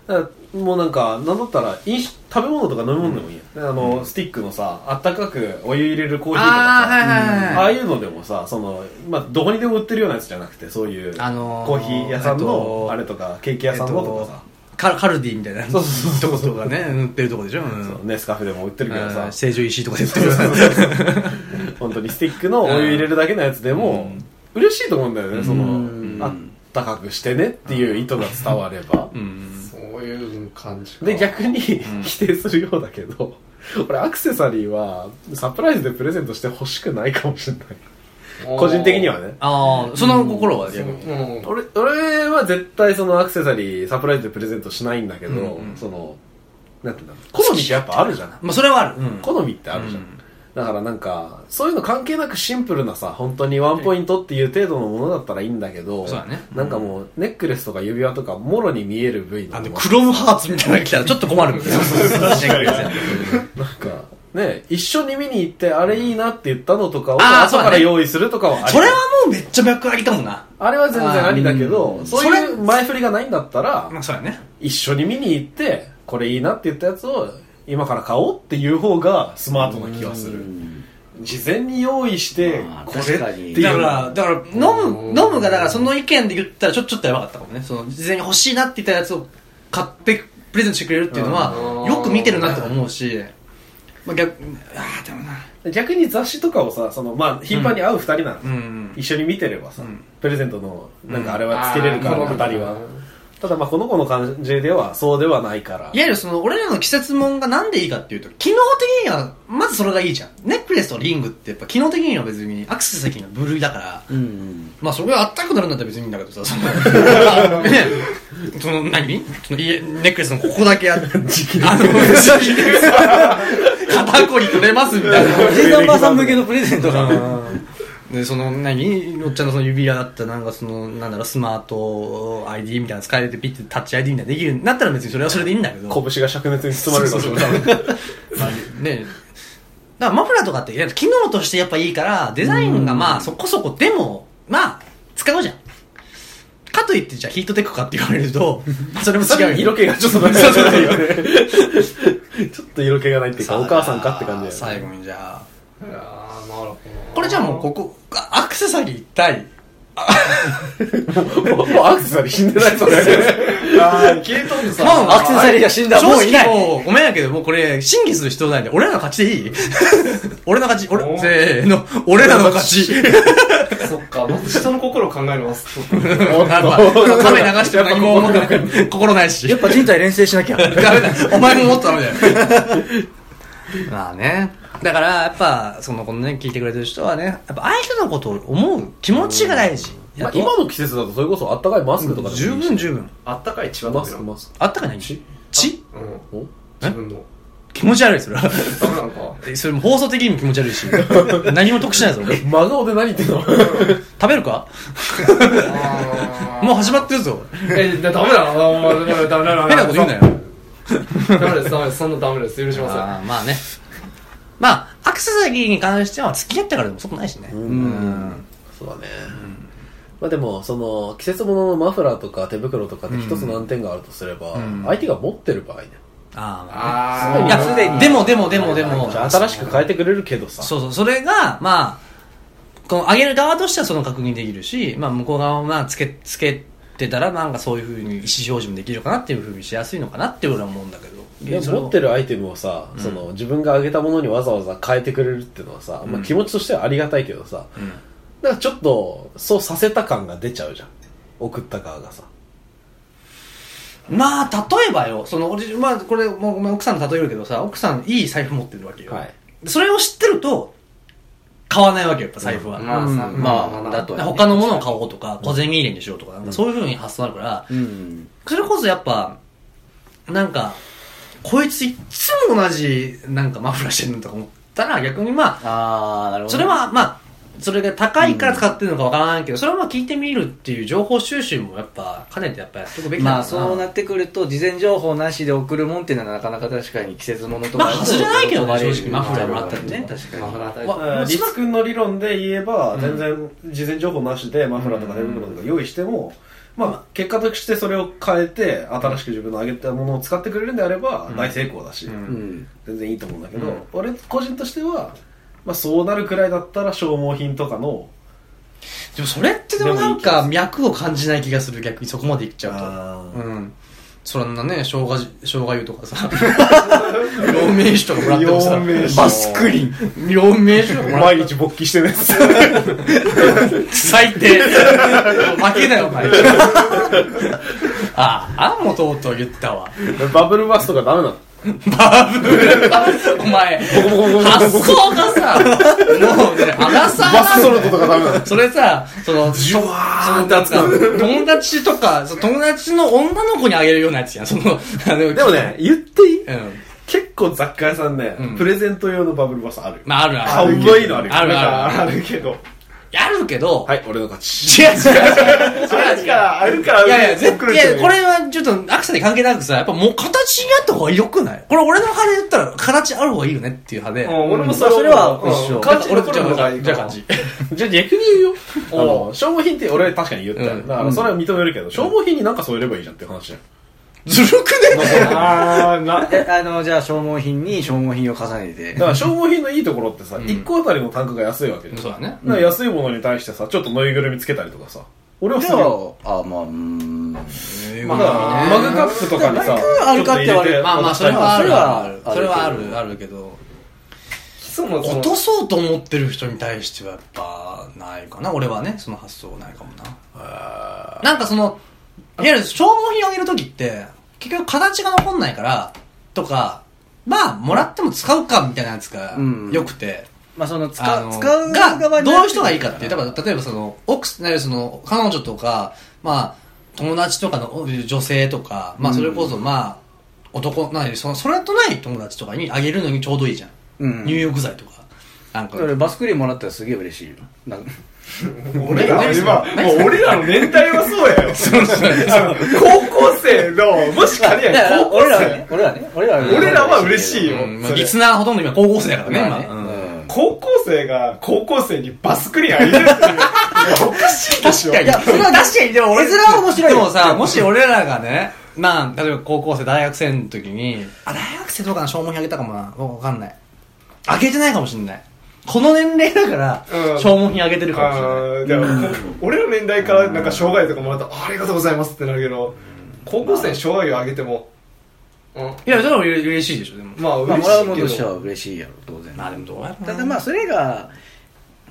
F: だからもうなんか、なんだったら、飲酒食べ物とか飲み物でもいいよ。あの、スティックのさ、あったかくお湯入れるコーヒーとかさ、
A: あーはいはいはい
F: うんああいうのでもさ、その、まあ、どこにでも売ってるようなやつじゃなくて、そういう、
A: あのー
F: コーヒー屋さん
A: えっ
F: の
A: と、
F: あれとか、ケーキ屋さんのとかさ、
A: カカルディみたいな
F: そうそうそう
A: とことかね売ってるとこでしょ、うん
F: そうネスカフェでも売ってるけどさ、
A: 成城石井とかで売 ってる
F: 本当にスティックのお湯入れるだけのやつでも嬉しいと思うんだよねそ
E: ん
F: のあったかくしてねっていう意図が伝われば
A: うん
C: そういう感じか
F: で逆に 否定するようだけど俺アクセサリーはサプライズでプレゼントして欲しくないかもしれない個人的にはね
A: ああその心は
C: う
A: 逆に
C: ん
F: 俺俺は絶対そのアクセサリーサプライズでプレゼントしないんだけど、
A: うんうん
F: そのなんていうんだろう好みってやっぱあるじゃん
A: まあそれはあるうん
F: 好みってあるじゃん、だからなんかそういうの関係なくシンプルなさ本当にワンポイントっていう程度のものだったらいいんだけど
A: そうだね
F: なんかもうネックレスとか指輪とかもろに見える部位の
A: あで
F: なん
A: も
F: か
A: クロムハーツみたいなの来たらちょっと困る
F: ね一緒に見に行ってあれいいなって言ったのとかを
A: あー
F: 後
A: そうだね
F: から用意するとかはあ り
A: それはもうめっちゃ脈ありかもな
F: あれは全然ありだけ
A: あーう
F: ど
A: ん
F: そういう前振りがないんだったら
A: まあそうやね
F: 一緒に見に行ってこれいいなって言ったやつを今から買おうっていう方がスマートな気がする事前に用意して
E: まあ
F: これっ
E: 確か
F: て
E: に
F: いう
A: だからだから飲む飲むがだからその意見で言ったらちょちょっとやばかったかもねその事前に欲しいなって言ったやつを買ってプレゼントしてくれるっていうのはよく見てるなとか思うしまあ逆ああでもな
F: 逆に雑誌とかをさその、まあ、頻繁に会う2人なの、
A: うん
F: 一緒に見てればさ、
A: ん
F: プレゼントのなんかあれはつけれるから、
C: うん
F: 2人は、ただまあこの子の感じではそうではないから
A: いわゆるその俺らの季節もんがなんでいいかっていうと機能的にはまずそれがいいじゃんネックレスとリングってやっぱ機能的には別にアクセサリーの部類だから
E: うん
A: まあそれがあったかくなるんだったら別にいいんだけどさそ のねその何そのいえネックレスのここだけあってあの肩こり取れますみたいな
E: おじいさんばあさん向けのプレゼントが
A: でその何おっちゃんのその指輪だったらなんかそのなんだろうスマート ID みたいなの使えてピッてタッチ ID みたいなのできるんだったら別にそれはそれでいいんだけど
F: 拳が灼熱に包まれるかもしれない
A: ねだからマフラーとかっていや機能としてやっぱいいからデザインがまあそこそこでもまあ使うじゃんかといってじゃあヒートテックかって言われる とそれも
F: そ
A: 違
F: れ
A: う
F: 色気がちょっとない
A: そうそうそう
F: ちょっと色気がないっていうかお母さんかって感じだよ
A: 最
F: ね
A: 後にじゃあ
C: あーなるほど
A: これじゃあもうここアクセサリー対
F: もうもうアクセサリー死んでないそうだよね
C: あー消えとんのさ
A: まあ
E: アクセサリーが死んだ
A: 正直
E: もういない
A: もうごめんやけどもうこれ審議する必要ないんで俺らの勝ちでい い俺の勝ち
C: お
A: 俺せーの俺らの勝ち
C: そっかまず人の心を考えるわそっか
A: おっ とカメ流しても何も思ってない心ないし
E: やっぱ人体錬成しなきゃ
A: ダメだ。お前ももっとダメだよ。まあね。だから、やっぱ、その、このね、聞いてくれてる人はね、やっぱ、相手のことを思う気持ちが大事。
F: まあ今の季節だとそれこそあったかいマスクとかでもいいし
A: 十分十分。
C: あったかい血は
F: マ
C: 飲
F: スク
C: め
F: マス
A: あったかいな血血
C: ろうん
F: クお
C: 自分の
A: 気持ち悪い、それは。
C: ダメなのか
A: それも放送的にも気持ち悪いし。 何も得しないぞ、俺食
F: 真顔で何言ってんの
A: べるかもう始まってるぞ。
C: え、だダメだな、お前、ダメだ、ダメだ、ダ
A: 変
C: メ
A: な
C: だ
A: こと言うなよ。
C: ダメです、ダメです、そんなダメです、許しません。
A: あーまあね。まあ、アクセサリーに関しては付き合ってからでもそこないしね。うん。
F: そうだね。まあでも、その、季節物のマフラーとか手袋とかって一つ難点があるとすれば、
A: うん
F: 相手が持ってる場合ね。
A: あーまあね。
C: あ
A: いや、でもでもでもでも、
F: じゃあ新しく変えてくれるけどさ。
A: そうそう、それが、まあ、この上げる側としてはその確認できるし、まあ向こう側もまあつけ、つけてたらなんかそういうふうに意思表示もできるかなっていうふうにしやすいのかなって俺は思うんだけ
F: で
A: ど。それを
F: 持ってるアイテムをさ、その自分があげたものにわざわざ変えてくれるっていうのはさ、まあ、気持ちとしてはありがたいけどさ、
A: ん
F: なんかちょっとそうさせた感が出ちゃうじゃん送った側がさ
A: まあ、例えばよ、その、俺まあ、これ、もうごめん奥さんの例えるけどさ、奥さんいい財布持ってるわけよ。
F: はい
A: それを知ってると、買わないわけよ、やっぱ財布は。
C: まあさ
E: うん
A: まあ、
E: だとはね
A: 他のものを買おうとか、小銭入れにしようとか、なんかそういうふうに発想あるから、
E: うん
A: それこそやっぱ、なんか、こいついっつも同じ、なんかマフラーしてるのとか思ったら、逆にま
E: ああなる
A: あ、
E: ほ
A: そ
E: ど
A: れはまあ、それが高いから使ってるのかわからないけど、それはまあ聞いてみるっていう情報収集もやっぱ、兼ねてやっぱやっとくべきな
E: ま
A: の
E: あ
A: かな。
E: そうなってくると事前情報なしで送るもんっていうのはなかなか確かに季節物とか
A: まあ外れないけどね正直マフラーもらった
E: り
A: りね
E: 確かに
C: マフラー大
A: わ
C: 事
H: うんリス君の理論で言えば、全然事前情報なしでマフラーとか手袋とか用意しても、まあ、結果としてそれを変えて新しく自分の上げたものを使ってくれるんであれば大成功だし、
E: うん
H: 全然いいと思うんだけど、俺個人としては、まあ、そうなるくらいだったら消耗品とかの
A: でもそれってでもなんか脈を感じない気がする逆にそこまでいっちゃ
H: あ
A: うと。うん。そんなね、生姜じ、生姜湯とか さ、両名酒とかもらってもさ、
H: 両名酒
A: バスクリーン、両名酒とかもらって
H: 毎日勃起してるやつ
A: 最低負けだよ、お前。ああ、あんもとうとう言ったわ。
F: バブルバスとかダメなの
A: バブルバス、お前、発想がさ、もうね、アラサー
F: バスソ
A: なん
F: ル
A: だ
F: ト
A: よ
F: とかダメなの
A: それさ、その、ジュワーって扱う。友達とか、その友達の女の子にあげるようなやつやん。その、あの、
H: でもね言っていい
A: うん。
H: 結構雑貨屋さんね、
A: うん
H: プレゼント用のバブルバスあるよ
A: まあ、ある
H: か
A: あ
H: わ
A: る。
H: いいのあるよ
A: ある
H: なん
A: あ
H: かあるけど
A: やるけど、
F: はい俺の勝ち
A: 違う違う違う。それは違う。
H: あるから
A: いやいや、絶対、いやこ
H: れ
A: れはちょっとアクセに関係なくさ、やっぱもう形にあった方が良くないこれ俺の派で言ったら形ある方がいいよねっていう派で。
C: うん俺もそ
E: それは一緒
C: う
A: 俺
C: ん感じ残
A: じ
C: る
A: ゃ
C: のがいい
A: あ、じゃあ感
C: かな
A: じ。
F: じゃあ逆に言うよ あの消耗品って俺確かに言ったよ、
A: うん
F: だからそれは認めるけど、消耗品になんか添えればいいじゃんっていう話だよ
A: ずるくね
H: あーな
E: えあのじゃあ消耗品に消耗品を重ねて
F: だから消耗品のいいところってさ、
A: ん
F: 一1個あたりの単価が安いわけじゃん
A: そうだね。
F: だから安いものに対してさちょっとぬいぐるみつけたりとかさ俺はす
E: じゃ
F: げえ
E: ああまあうーんま
F: まあ、マグカップとかにさ、
E: あるかって言われる
A: まあまあ、それはあるある。それはある、あるけど。
C: そもそ
A: 落
C: も
A: とそうと思ってる人に対してはやっぱないかな俺はねその発想ないかもななんかそのいわゆる消耗品あげる時って結局形が残んないからとかまあもらっても使うかみたいなやつが
E: うん
A: 良くて、
E: あその使
A: あ
E: う
A: の
E: 使う側
A: が
E: に
A: どういう人がいいかっていうだから例えばその奥さんいわゆるその彼女とかまあ友達とかのお女性とかまあそれこそまあ、男なんかそのそれとない友達とかにあげるのにちょうどいいじゃん
E: うん
A: 入浴剤とか。なんか。
E: 俺バスクリーンもらったらすげえ嬉しいよなんか
H: 俺らは今、もう俺らの年代はそうやよ。あの高校生の、もし仮
E: だか
H: や
E: ら
H: 高校
E: 俺らは
H: 生
E: ね。俺らはね俺らは
H: 俺らは嬉しいよ
A: う。んまあ、
H: それ
A: リスナーほとんど今高校生だからね、
E: まあね
A: 今うん
E: うん
H: 高校生が高校生にバスクリーンあげるっていういやおかしいでしょ。
A: いや、それは確かに、でも俺、
E: 絵面は面白い
A: でもさ、もし俺らがね、まあ、例えば高校生、大学生の時に、あ、大学生とかの消耗品あげたかもな。わかんない。あげてないかもしんない。この年齢だから、
H: うん
A: 消耗品あげてるかもしんない。
H: あーでも俺の年代からなんか障害とかもらったらあありがとうございますってなるけど
C: 高校生に障害をあげても、うん、
A: いや、それは嬉しいでしょ、でも。
H: まあ
E: ま
H: 嬉
E: あもらう
H: し
E: も
H: い
E: のと
H: け
E: して
H: ど
E: は嬉しいやろ当然
A: まあでもどうやろうな
E: ただまあそれが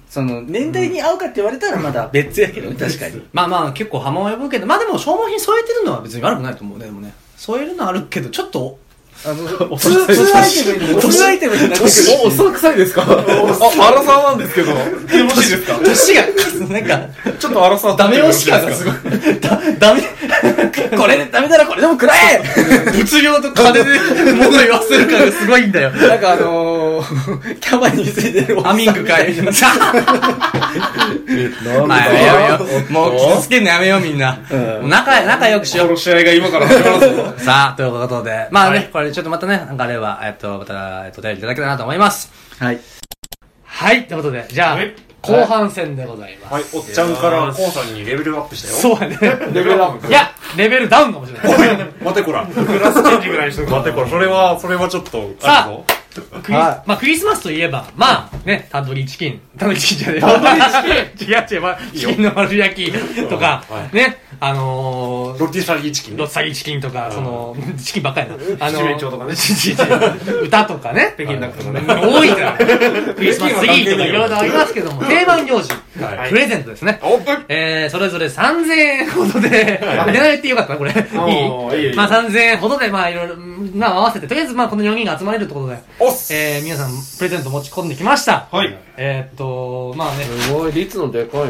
E: その年代に合うかって言われたらまだ別やけどね確かに
A: まあまあ結構波紋を呼ぶけど、まあでも消耗品添えてるのは別に悪くないと思うね、でもね。添えるのはあるけど、ちょっと、
E: あの、ツー、ツーアイテムに、ツーアイテムになってくる。
F: お、おそ臭いですかあ、荒沢なんですけど。よろしいですか
A: 年が、なんか、
F: ちょっと荒沢
A: ダメ押し感がすごい。だ、ダメ、
E: これでダメならこれでも食らえ
A: 物量と金で物言わせる感がすごいんだよ。
E: なんかあのー、 の、キャバについてるおっさ
B: ハ
E: ん
B: ミングかい。
A: まあやめようよ。もう傷つけるのやめようみんな。仲、仲良くしよう。
B: 殺し合いが今から始まるぞ。
A: さあ、ということで。まあね、これちょっとまたね、なんかあれば、えっと、また、えっと、お便りいただけたらなと思います。
E: はい。
A: はい、ということで、じゃあ
B: はい、
A: 後半戦でございます。
B: はい、おっちゃんからコウさんにレベルアップしたよ。
A: そうやね。
B: レベルアップ
A: いや、レベルダウンかもしれない。
B: 待てこら。クラスチェンジぐらいにしとく待てこら。それは、それはちょっと、
A: さあ
B: るぞ
A: クリスまあ、クリスマスといえば、まあ、ね、タンドリーチキン、タンドリーチキンじゃねえタンドリーチキン 違う違う、まあ、チキンの丸焼きとか、ね、あのー、
B: ロティサリーチキン。
A: ロッサギチキンとか、その、 チキンばっかりな。あの
B: 七面鳥とかね
A: ね。 歌とかね。
B: 北京ダックとかね
A: 多いから。クリスマスツリーとかいろいろありますけども、定番行事、
B: はい
A: プレゼントですね。
B: オープン
A: えー、それぞれ3000円ほどで、
B: はい
A: 狙いってよかったな、これ。
B: おーいい
A: い
B: よい
A: い
B: いよ
A: まあ3000円ほどで、まあいろいろ、まあ合わせて、とりあえずまあこの4人が集まれるってことで、
B: おっす
A: えー、皆さんプレゼント持ち込んできました。
B: はい。
A: えーっと、まあね、
C: すごい、率のでかいね。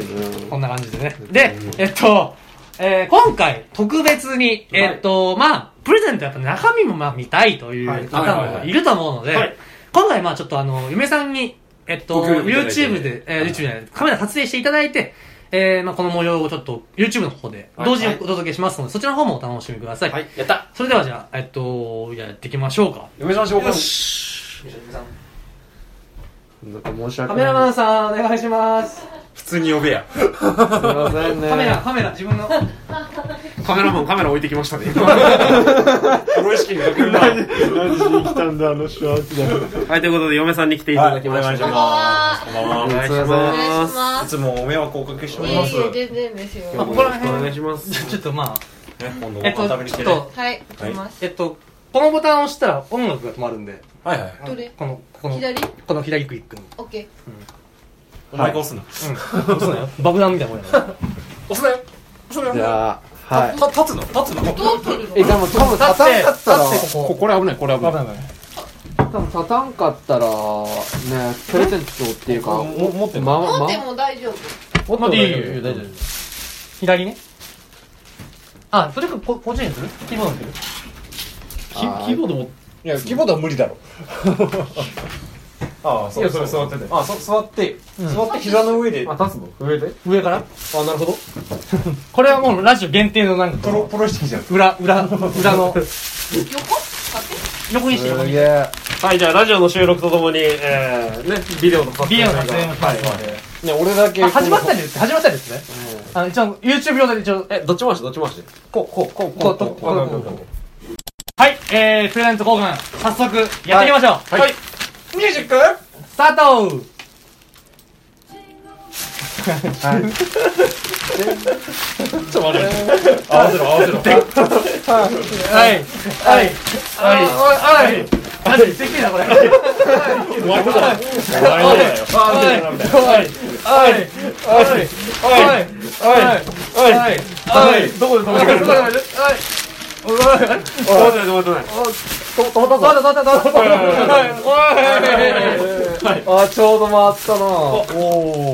A: こんな感じでね。で、えっと、えー今回、特別に、えっと、まあ、プレゼントやっぱ中身もまあ見たいという方もいると思うので、今回まあちょっとあの、嫁さんに、えっと、
B: ご協力いただいて
A: YouTube で、えー YouTube じゃない、カメラ撮影していただいて、えー、まあこの模様をちょっと YouTube の方で同時にお届けしますので、そちらの方もお楽しみください。
B: はい、やった。
A: それではじゃあ、えっと、やっていきましょうか。
B: 嫁さん紹介。
C: なんか申し
A: カ
C: 訳
A: メ
C: な
A: ラ
C: い。
A: マンさん、お願いします。
B: 普通に呼べや。
C: すいませんね。
A: カメラ、カメラ、自分の。
B: カメラマン、カメラ置いてきましたね。プロ意識に確認だ。
C: 何しに来たんだ、あの人は。すい
H: はい、ということで、嫁さんに来ていただきました。
I: こんばんは
B: こんばんは
C: ません。
I: お願いしま
H: いつ
I: す
H: もお迷惑をおかけしてお
I: い
H: り
I: え
H: ます。
I: いえ全然ですよ
A: まあ、ここら辺。お願いします。 ちょっとまあ、
B: ね今度
A: えっと、
B: お食べに来
A: ちょ
B: て
A: っ
B: ね。
A: と、
I: はい行きます
A: えっと、このボタンを押したら音楽が止まるんで、
B: はいはい。
I: どれ
A: この、この、
I: 左
A: この左クイックに。
I: オッケー
B: お前が押すな。
A: うん。 押すなよ。爆弾みたいなもんやな。
B: 押すなよ。押すなよ。
C: じゃあ、はい。
B: た立つの立つの
I: どう取るの
C: え、でも多分立たんかったら、
A: 立ってここ
C: れ危ない、これ危
A: わ
C: い。
A: かんない。
C: 多分立たんかったら、ね、プレゼントっていうか、
B: も持ってん
C: まあ
I: 持
C: ま
I: って
C: あ、
I: も大丈夫
A: まあ、いいよ、いいよ
C: 大
A: 大丈
C: 丈
A: 夫。左ね。あ、それか、こ、こっちにするキーボードにする
C: キーボードも、
H: いや、キーボードは無理だろ。
B: ああ、そう。
F: やそれ座ってて
B: あ、そ、座って、
A: うん
B: 座って膝の上で、
F: あ、立つの上で
A: 上から
B: あ、なるほど。
A: これはもうラジオ限定のなん
B: プ
A: か、
B: ロ、プロ意識じゃん。
A: 裏、裏、裏 の、
I: 横縦
A: 横にして横
C: す
A: に
C: げえ。
H: はい、じゃあ、ラジオの収録とともに、えー、ね、ビデオの撮
A: ビデオの撮影
H: ね、
A: もはい。
H: 俺だけ
A: あ、始まったりです、始まったりですね。あの、一応、YouTube 用で一応、え、
H: どっち回しどっち回し
A: こう、こう、こう、こう、こう、こう、こう、こう。はい、えー、プレゼント交換、早速、やっていきましょう。はい。
B: ミュージック
A: スタート
B: 合わせろ、合わせろ。
A: はい。はい。はい。はい。はい。マジでできねえな、これ。はい。
B: 終わりだよ。終わりだよ。
A: はい。はい。はい。はい。はい。はい。はい。どこで止めるどこで止めるはい。おい。
H: 待ってない、待ってない。
A: 止まったぞ。止まったぞ。止まったぞ。
C: あ、ちょうど回ったな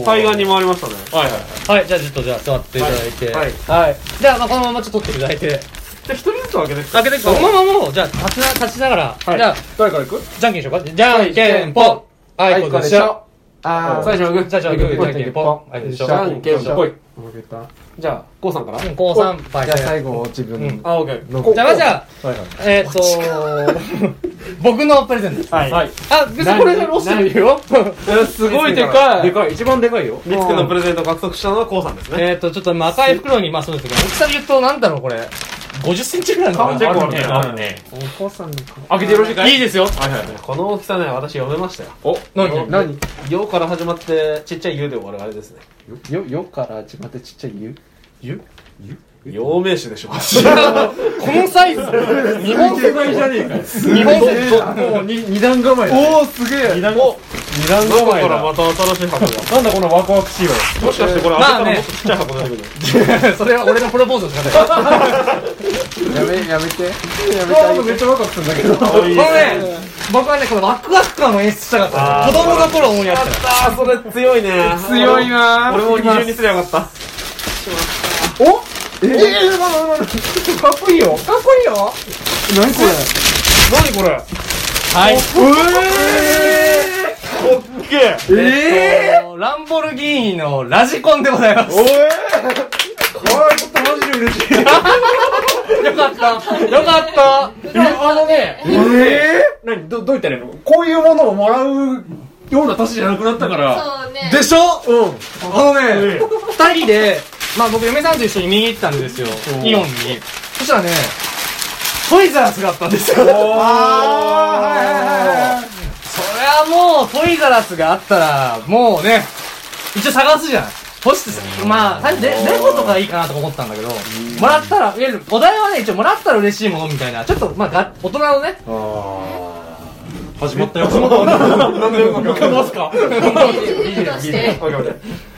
H: 対岸に回りましたね。
B: はいはい。
A: はい。じゃあ、ちょっと、じゃあ、座っていただいて。
H: はい。
C: はい。
A: じゃあ、まあこのままちょっと取っていただいて。
H: じゃあ、一人ずつ分けて
A: 開けていくか。このままもう、じゃあ、立ちな、立ちながら、じゃあ、
F: 誰から行く
A: じゃんけんしようか。じゃんけんぽん。はい、こうでしょ。
C: あー、
A: 最初はグー、最初はグー、じゃんけんぽん。はい、こうでしょ。
C: じゃんけんぽい。負けた。
H: じゃあ、コウさんから
A: うん、こう三杯。
C: じゃあ最後、自分
A: うん
C: の。
H: あ、オッケー。
A: じゃあ、まずは、
F: はいはい。
A: えーっと、 僕のプレゼントです。
H: はい。はい、
A: あ、別にこれでロスしてる よ。
C: すごいでかい。でかい。一番でかいよ。
H: ミツクのプレゼントを獲得したのはコウさんですね。
A: えーっと、ちょっと今赤い袋に、まあそうですけど、大きさで言うと、なんだろう、これ。50センチぐらいのかな
H: 結構あるね。
A: あ
H: あるね。
C: お父さんの顔。
H: 開けてよろしいかい
A: いいですよ。
H: はいはいはい。この大きさね、私読めましたよ。
A: 何
C: 何
H: ようから始まって、ちっちゃいゆうで終わるあれですね。
C: よ、よから始まってちっちゃい言う
H: 陽明酒でしょ。
A: このサイズ日本製じゃねえか日本製
F: もう二二段構えだ。
C: おー、すげえ
F: 段構二段
H: どこ
F: 構
H: か
F: え
H: ら
F: だ。
H: また新しい箱が。
F: なんだこのワクワク仕様。
H: もしかしてこれ開け
A: まあ
H: たら
A: ね
H: もっとちっちゃい箱出てくる。
A: それは俺のプロポーズしかない。
C: やめ、やめて。やめ
F: あ
C: た
F: ー、
C: い。
F: めっちゃワクワクするんだけど。
A: このね、僕はね、このワクワク感を演出したかった。子供の頃思い出した。
H: あー、それ強いね。
C: 強いなー。
H: 俺も
C: い
H: 二
C: きま
H: 重
C: す
H: にすりゃよかっ
C: おええー、まだまだまだかっこいいよ。かっこいいよ。何これ
H: た。何これ
A: はい。ええー、ランボルギーニのラジコンでございます。よかった。よかった。いや、あのね、
F: 何どどう言ったらいいのこういうものをもらうような年じゃなくなったから
I: そうね。
A: でしょうん。あのね、二人で、まあ僕嫁さんと一緒に見に行ったんですよ。イオンに。そしたらね、トイザらスがあったんですよ。あーはいはいはいはい。そりゃもうトイザらスがあったら、もうね、一応探すじゃん。欲しいまあ、レレゴとかいいかなとか思ったんだけど、もらったら、いわゆるお題はね、一応もらったら嬉しいものみたいな、ちょっと、まあが、大人のね、
F: 始まったよ
A: ますか
I: ビール出して。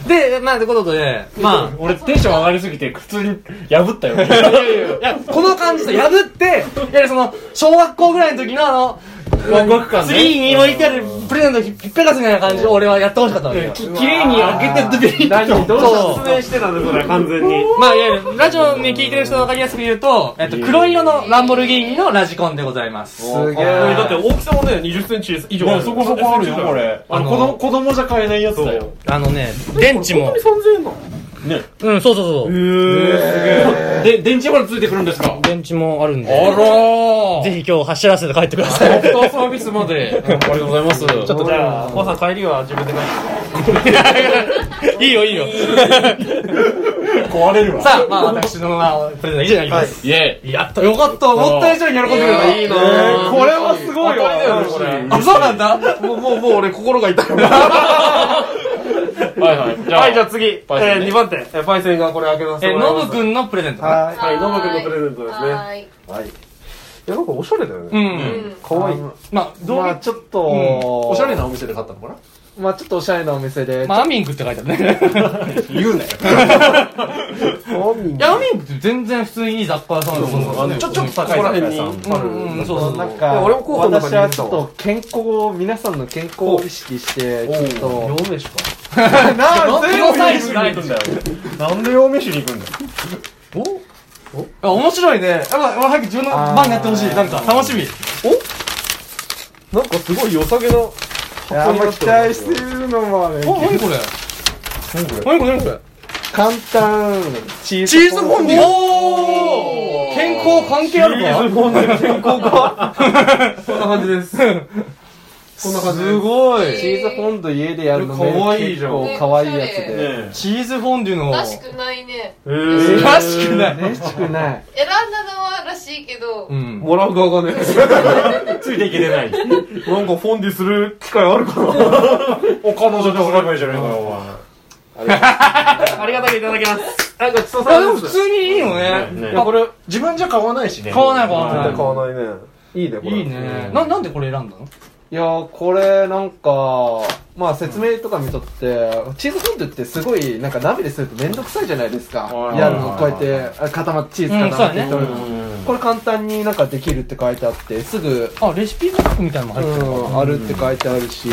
A: で、まあ、ってことで、まあ、
F: 俺テンション上がりすぎて普通に破ったよ
A: いやいやいや、この感じと破って、いやその、小学校ぐらいの時のあの、ワクワク感、ね、次に置いてあるプレゼントひっぺかすみたいな感じで俺はやってほしかったわけよ。
F: 綺麗に開けてビリッとどう
A: そう
F: 説明してたんだそれ完全に
A: まあ、いやいや、ラジオに聞いてる人わかりやすく言うと、えっと、黒色のランボルギーニのラジコンでございます。すげ
F: え
A: え。
F: だって大きさもね20センチ以上ある
H: そこそこあるよこれ
F: あの子供子供じゃ買えないやつだよ
A: あのね、電池も。うん、そうそうそう。
F: で電池までついてくるんですか
A: 電池もあるんで、
F: あー
A: ぜひ今日走らせて帰ってください。
F: アフターサービスまで、ありがとうございます。ちょっとじゃあ、コさん帰りは自分で
A: いいよいいよ。
F: 壊れるわ。
A: さあ、まあ私のまあプレゼント以上になります。
F: イェ
A: やった、よかった。思った以上に喜んでくれた。
F: ーイ。いいなぁ。これはすごいわ。これ
A: あ、そうなんだ。
F: もう、もう、もう俺心が痛い。はいはい。じゃあ、はい、じゃあ次。えー、2番手。えーパイセンがこれ開けます。
A: え、ノブくんのプレゼント。
F: はい。はい、ノ
I: は
F: ブくん
I: ーい
F: のプレゼントですね。
I: はーい。
F: いや、なんかおしゃれだよ
A: う
F: ね。
A: ん。
I: うん。
F: かわいい。
A: まあ、どう
F: まあちょっと、
A: うん
F: おしゃれな。
B: お店で買ったのかな
F: まあちょっとおしゃれなお店で。
A: まあ、アミングって書いてあるね。
F: 言うなよ。そうみん
A: い
F: な
A: や、アミングって全然普通にいい雑貨屋さんだと思うんですよね。
F: ちょ、ちょっと高いここら辺に
A: うん、うん、そうそうそ
J: なん
A: う。
J: か、
F: 俺も候補の中
J: 私
F: に入
J: は
F: れて
J: ち
F: た
J: ょ
F: わ
J: っと健康を、皆さんの健康を意識して、ちょっと、
F: 名詞か。
A: なんで洋飯に行くんだよ。
F: なんで陽明酒に行くんだよ。
A: あ、面白いね。やっぱ、俺早く自分の番にやってほしい。なんか、楽しみ。
F: なんかすごい良さげな。
J: いやあんま期待してるのもあれ、
A: お、なにこれ何これ何これ
J: 簡単、チーズ。
A: チーズフォンデュおー健康関係あるか
F: こんな感じです。こんな感じです
A: ごい。
J: チーズフォンド家でやるのね
F: かわいいじゃん
J: 結構可愛いやつ
I: ね
J: で。
A: チーズフォンデュの。
I: らしくないね。
F: えー
A: らしくない。
J: 嬉しくない。
I: 選んだのはらしいけど
A: う、ん。
F: もらう側がね、ついていけれない。なんかフォンデュする機会あるかなお彼女でもらえばいいじゃないかよ、お前。
A: ありがたくいただきます。
F: なんかちそう
A: いや、でも普通にいいよ
F: ね
A: ね。
F: これ、自分じゃ買わないしね。
A: 買わない買わ
F: 絶
A: ない
F: 対買わないね。いいね、これ。
A: いいね。な、なんでこれ選んだの
J: いやーこれなんかまあ説明とか見とってチーズフォンデュってすごいなんか鍋ですると面倒くさいじゃないですか
F: はい
J: やるのこうやってあ固まってチーズ固まって
A: うん
J: 取る
F: う
J: の、
F: ん。
J: これ簡単になんかできるって書いてあってすぐ、
A: あ、レシピブックみたいなのも入
J: う
A: ってる。
J: ん、あるって書いてあるし、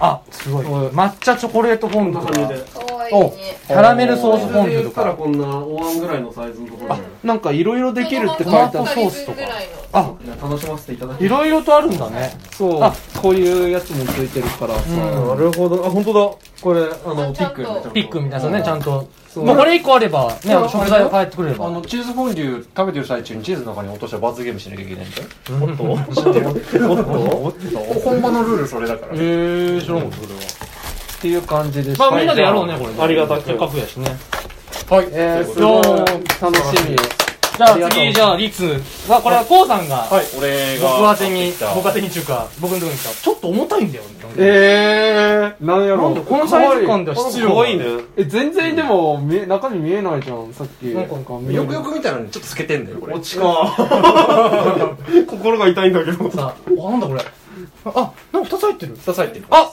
A: あ、すごい。抹茶チョコレートフォンデュとか、
I: 可愛いね。
A: キャラメルソースフォンデュと
H: たら
A: か。
H: こんなお椀ぐらいのサイズのところで
J: なんかいろいろできるって書いてあ
I: 子供
J: っ
I: 二
J: て
I: 人分ぐらいの
A: あ、
H: 楽しませていただき
A: いろいろとあるんだね。
J: そう
A: あ
J: こういうやつもついてるからさ、
F: なるほど。あ、本当だ。これ、あの、
I: ち
F: ピ
I: ゃ
F: ッ
I: んと
F: クやねちゃんと
A: ピックみたいなね、ちゃんと。
J: う
A: まあこれ一個あれば、ね、
B: うん
A: 食材を変えてくれれ
B: あの、
A: ば。
B: チーズフォンデュ食べてる最中にチーズの中に落としたら罰ゲームしなきゃいけないんだよ。
F: 本場のルールそれだから。
A: へえ、知らんことそれは。
J: っていう感じでした、
A: まあみんなでやろうね、これね。
F: ありがたく
A: せっかくやしね。
J: えー、すごい
A: どう
J: 楽しみ
A: じゃあ次、じゃあ、リツ。は、これはコウさんが、
F: はい、俺が。
A: 僕宛てに、僕宛てに中華、僕のとこに来た。ちょっと重たいんだよね。
J: えー、なんや
A: な
J: ろ
A: んでこのサイズ感では
F: こ
A: 必
F: れ
A: 要
F: かわいいね。
J: え全然でも見え中身見えないじゃんさっき
A: なんか
J: なんか見える
B: よくよく見たらね、ちょっと透けてんだよ、これ。
F: ちか。心が痛いんだけど。
A: さあ、あ、なんだこれ。あ、なんか二つ入ってる。
B: 刺さってる。
A: あ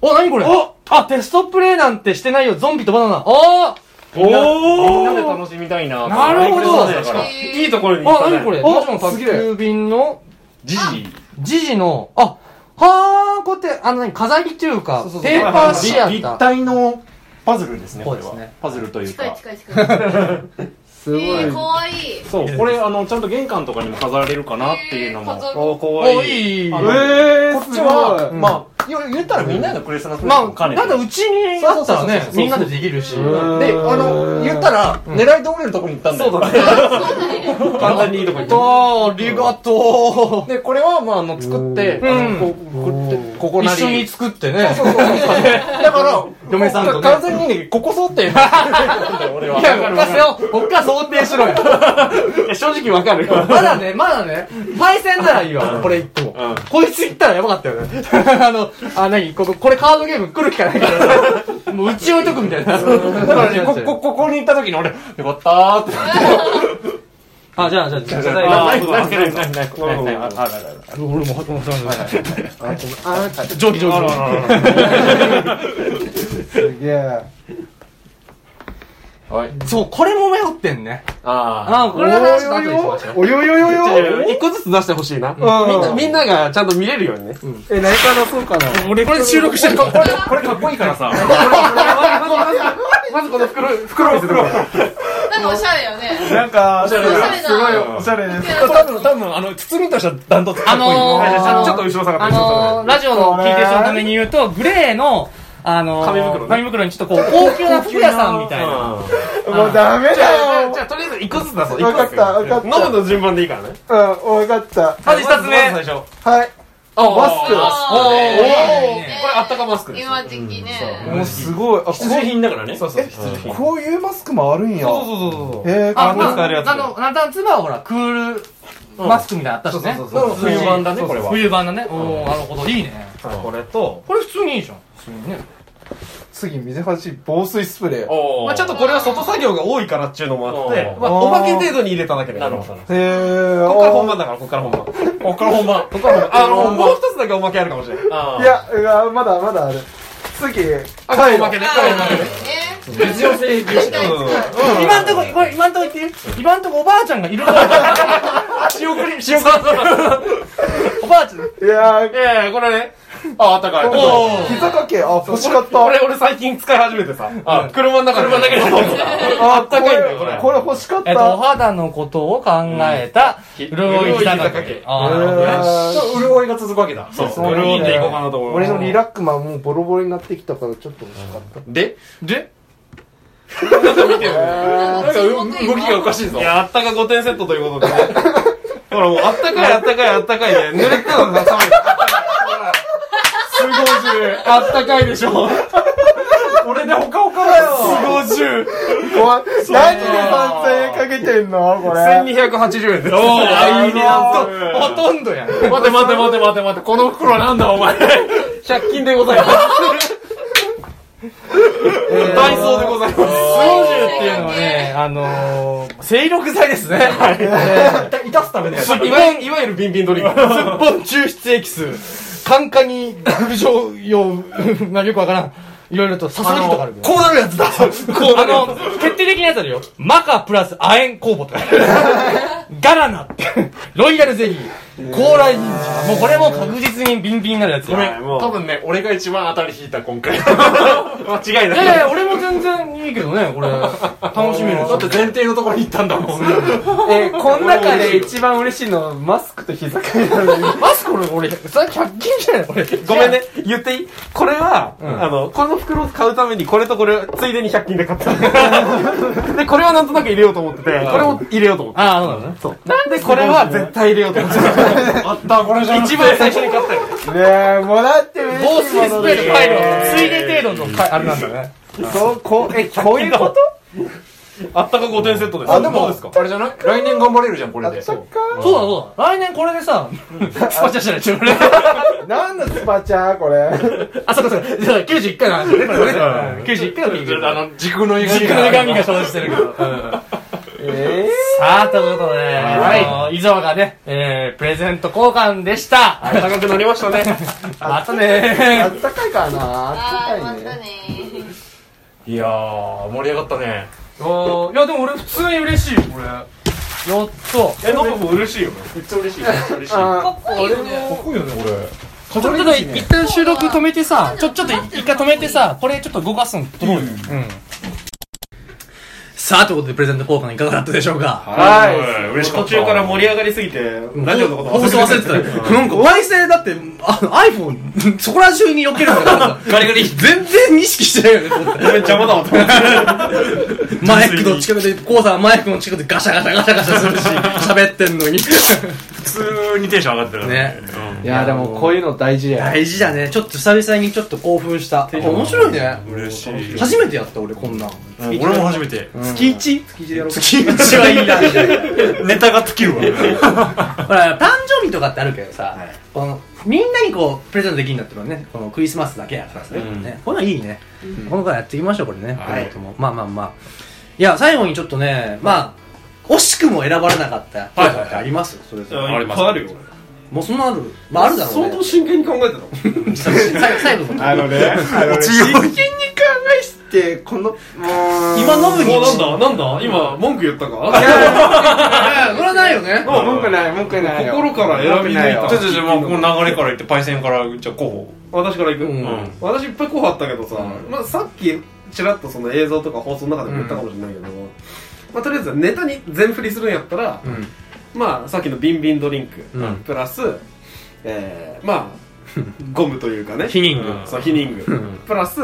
A: お、なにこれあ、テストプレイなんてしてないよ、ゾンビとバナナ。あ
F: お
H: みんなで
F: ー
H: 楽しみたいな
A: なるほど
H: だから
I: えー
H: いいところに行った
A: あ、
H: ね
A: なにこれ
J: あ
A: もちろん
J: すげえ
A: 宅急便の、
H: ジジイ
A: ジジの、あ、はあ、こうやって、あの、何飾りっていうか、ペーパーシアタ
H: 立
A: ー。
H: 体のパズルですね
A: そ
H: こ
A: う
H: れ
A: ですね
H: はパズルという
I: 近い
H: か
I: 近い近い。
J: す
K: すごい。
I: えー、かわいい。
F: そう、これ、あの、ちゃんと玄関とかにも飾られるかなっていうのも。
I: えー飾る
F: おか
A: お
F: わいい。
A: いい。
F: あ
A: ま
F: の
J: え
F: こっちは、
J: うん
F: まあ、よ言ったらみんなのクリスマス
A: あ、
F: 兼ね
A: ただうちにあったらね、みんなでできるし。
F: で、あの、言ったら、狙い通りのとこに行ったんだよ。
K: 簡単にいいとこ行っ
A: ああ、ありがと
F: で、これは、まあ、あの、作って、あのこう、こうやってここ
A: う。
F: な
A: 一緒
F: り。
A: に作ってね。
F: そうそうそうだから、
A: 嫁さんとね
F: 完全にね、ここ想定。俺は。
A: いや、僕はせよ、僕は想定しろよ。
F: 正直わかる。
A: まだね、まだね、パイセンならいいわ、これ一個も。こいつ行ったらやばかったよね。あの、あ、なに、ここ、これカードゲーム来る気がないから、 もううち置いとくみたいな。だ
F: だ
A: か
F: からね、こ、こ、ここに行った時に俺、よかったーって。
A: あ、じゃあ、じゃあ、じゃあ、じ ゃあ、
F: あー、ないないないない。
A: 俺も、俺も、上気上気。
J: すげえ。
A: そう、これも迷ってんね。
F: あ
A: ああ、これの話後にしましょう。
J: およよよよ
F: あ。一個ずつ出してほしいな。みんな、みんながちゃんと見れるようにね。
J: え、何からそうかな。
A: 俺、これ収録してる
F: これ、これかっこいいからさ。まずこの袋、袋見せてこ
I: なんかおしゃれよね。
J: なんか、
I: おしゃれな。すごい
J: おしゃれです。
F: 多分、多分、あの、包みとしては断トツ
A: あのー、
F: ちょっと後ろ下がっ
A: あ
F: て、後ろ
A: のー、ラジオの聞いてる人のために言うと、グレーの、あのー、
F: 紙袋ね
A: 紙袋にちょっとこう、高級な服屋さんみたいな。
J: もうダメ
F: じゃ
J: だよ
F: あ、じゃあ、とりあえず一個ずつ出そう。
J: わかった、わかった。
F: 飲むの順番でいいからね。
J: うん、わかった。
A: まず一つ目。
F: 最初。
J: はい。
F: おー
I: あーいい
J: マ
I: ね
F: これあったかマスクです
I: 今時期ね。
J: スク。もうすごい。あ、こ
F: 必需品だからね。そうそう
J: うこういうマスクもあるんや。
F: そうそうそうそう。
J: えー、
A: あ、
J: こ
A: ま
F: 使えるやつ
A: あ、あの、あなたの妻はほら、クールマスクみたいなのあったしね。
F: そうそうそう冬版だねこれは
A: 冬版だね。おー、なるほど。いいね。
F: これと、
A: これ普通にいいじゃん。普通にね。
J: 次、水橋防水スプレー。
F: ま
C: ま
F: あ
C: あ
F: ち
C: ち
F: ょっと
C: ょっと
F: こ
C: こ
F: れ
C: れ
F: は
C: は
F: 外
C: 外
F: 作業が多いからっていうのもあ
C: あ
F: っ
C: ってて、
F: まあおまけ程度に入れただけだよ。こ
C: ど。
J: へー。
F: こから本番だから、こっから本番。
C: こっから本番。
F: こっから本番。あの、もう一つだけおまけあるかもしれない。
C: あ
J: いや、うわまだまだある。次、
F: あ、
J: カイ
F: おまけ
J: ロ。
F: ね。
I: あーね。
F: 別用性でし
A: 今んとこ、これ今んとこ言ってる今んとこおばあちゃんがいるから。仕 送り、仕送り。おばあちゃん。
J: いやー、
F: ええ、これね。あ、あったかい。
J: 膝掛け、あ、欲しかった。
F: 俺、俺最近使い始めてさ。あ、車の中で。車の中で。
J: あ、
F: あったかいんだよこれ
J: これ欲しかっ
A: えっと、お
J: た。
A: 肌のことを考えた、潤い膝掛け。あーなるほどね。
J: えー
F: 潤いが続くわけだ。そう。
J: そう
F: 潤っていこうかなと思う。
J: 俺のリラックマンもうボロボロになってきたからちょっと欲しかった。
F: でで
J: え
I: なんか動きがおかしい。
F: いや、あったか5点セットということでね。ほら、もう、あったかい、あったかい、あったかいで、濡れたのが冷めた。すごいあったかいでしょ。俺でほかほかだよ。すごい
J: ー、怖い。何で3000円かけてんのこれ。
F: 1280円です。おー、
J: あいいね
F: ほとんどやん。待て待て待て待て待て、この袋はなんだお 前。100均でございます。 ダイソーでござい
A: 90ってい
F: ます。
A: うのはね、あのー、精力剤ですね。 いたすためのやつ。
F: いわゆるいわゆるビンビンドリンク。
A: すっぽん抽出エキス、カンカに、陸上用、 まあよくわからん。いろいろと、ささりとかあるけど。こうなるやつ だこうなるあの、決定的なやつあるよ。マカプラス亜鉛酵母とか。 ガラナって、ロイヤルゼリー、高麗人参。もうこれも確実にビンビンになるやつよ。い
F: 多分ね、俺が一番当たり引いた、今回。間違い
A: やい
F: ない。
A: や、俺も全然いいけどね、これ。楽しみ
F: だって前提のところに行ったんだもん。
J: えー、この中で一番嬉しいのはマスクと膝掛けなのに。
A: マスク俺、俺、それ100均じゃないこれ。
F: ごめんね、言っていいこれは、あの、この袋を買うために、これとこれ、ついでに100均で 買った。で、これはなんとなく入れようと思ってて、これも入れようと思って。
A: ああ、そうなのね。
F: そう。で、これは絶対入れよ うと思ってて。あった、これじゃ一番最初に買ったよ。
J: ねえ、もらって嬉しい
A: 防水スプレーと
J: カ
A: カ
J: イ
A: イ
J: ロ
A: ロのついで程度のかあれなんだね。
J: そう、こう、え、こういうこと
F: あったか5点セットです。
J: あでも
F: どうですかあれじゃない来年頑張れるじゃん、これで。
J: そっか。
A: そうだそうだ。来年これで さ、 スパチャしたら自分で。
J: 何のスパチャこれ。
A: あ、そうかそうか。じゃあ91回の話ね、これね。91回の時
F: あの、時空の歪み
A: 軸
F: が
A: の神が生じてるけど。
J: え
A: さあ、ということで、あの以上がね、えー、プレゼント交換でした。
F: あったかくなりましたね。
A: また
J: ー、
A: ね
J: あったかいからな。
I: あ
J: あ
I: ー、
J: った
I: ま
J: かい
I: た
J: ね。
I: ね。
F: いやー、盛り上がったね。
A: ー。いや、でも俺普通に嬉しいよ、これ。やっと。
F: え、ノブも嬉しいよね。めっちゃ嬉しい。嬉しい。
I: か
J: あ
I: っこいいよね。
F: こいいよね、これ。
A: ちょっとちょっと一旦収録止めてさ、ちょ、ちょっと一回止めてさ、これちょっと動かすの、どうよ。うん。さあ、ということでプレゼント交換いかがだったでしょうか
E: はい。嬉しかった。途中から盛り上がりすぎて、ラジオのこと
A: 放送忘れてたね。なんか、お前性だって、あの iPhone、そこら中によけるのが、ガリガリ。全然意識してないよねと思って、
E: ごめん、邪魔だわと思って。
A: マイクの近くで、コウさんはマイクの近くでガシャガシャガシャガシャするし、喋ってんのに。
E: 普通にテンション上がってるから
A: ね
E: うん
L: いやでもこういうの大事や
A: 大事だね。ちょっと久々にちょっと興奮した。面白いね。
E: 嬉しい。
A: 初めてやった俺こんなん。
E: 俺も初めて。
A: 月 1?
E: 月一はいいな。ネタが尽きるわ。
A: ほら、誕生日とかってあるけどさ、この、みんなにこう、プレゼントできるんだってのはね、このクリスマスだけやからさ、
E: ん
A: ね、こんなんいいね。このからやっていきましょう、これね。
E: はい
A: 今後ともまあまあまあ。いや、最後にちょっとね、まあ、惜しくも選ばれなかった人とかってありますそれぞれ。
E: あります。
F: あるよ
A: もうそんなある、まああるだろうね
F: 相当。真剣に考えてたの
A: 最後、最後の。
E: あのね、あのね、
C: で、この、もう、
A: 今ノブに。
F: おなんだなんだ今文句言ったか
A: あ それはないよね。
C: もう文句ない、文句ないよ。
F: 心から選び抜いた
E: ちょちょちょ、もうこの流れから言って、パイセンから、じゃあ候補。
F: 私から行く、
A: ん
F: 私いっぱい候補あったけどさ、まあ、さっきちらっとその映像とか放送の中でも言ったかもしれないけど、まあ、とりあえずネタに全振りするんやったら、
A: ん
F: まあさっきのビンビンドリンク、
A: うん
F: プラス、えー、まあ ゴムというかね
A: ヒニング。
E: うん
F: そうヒニング、プラス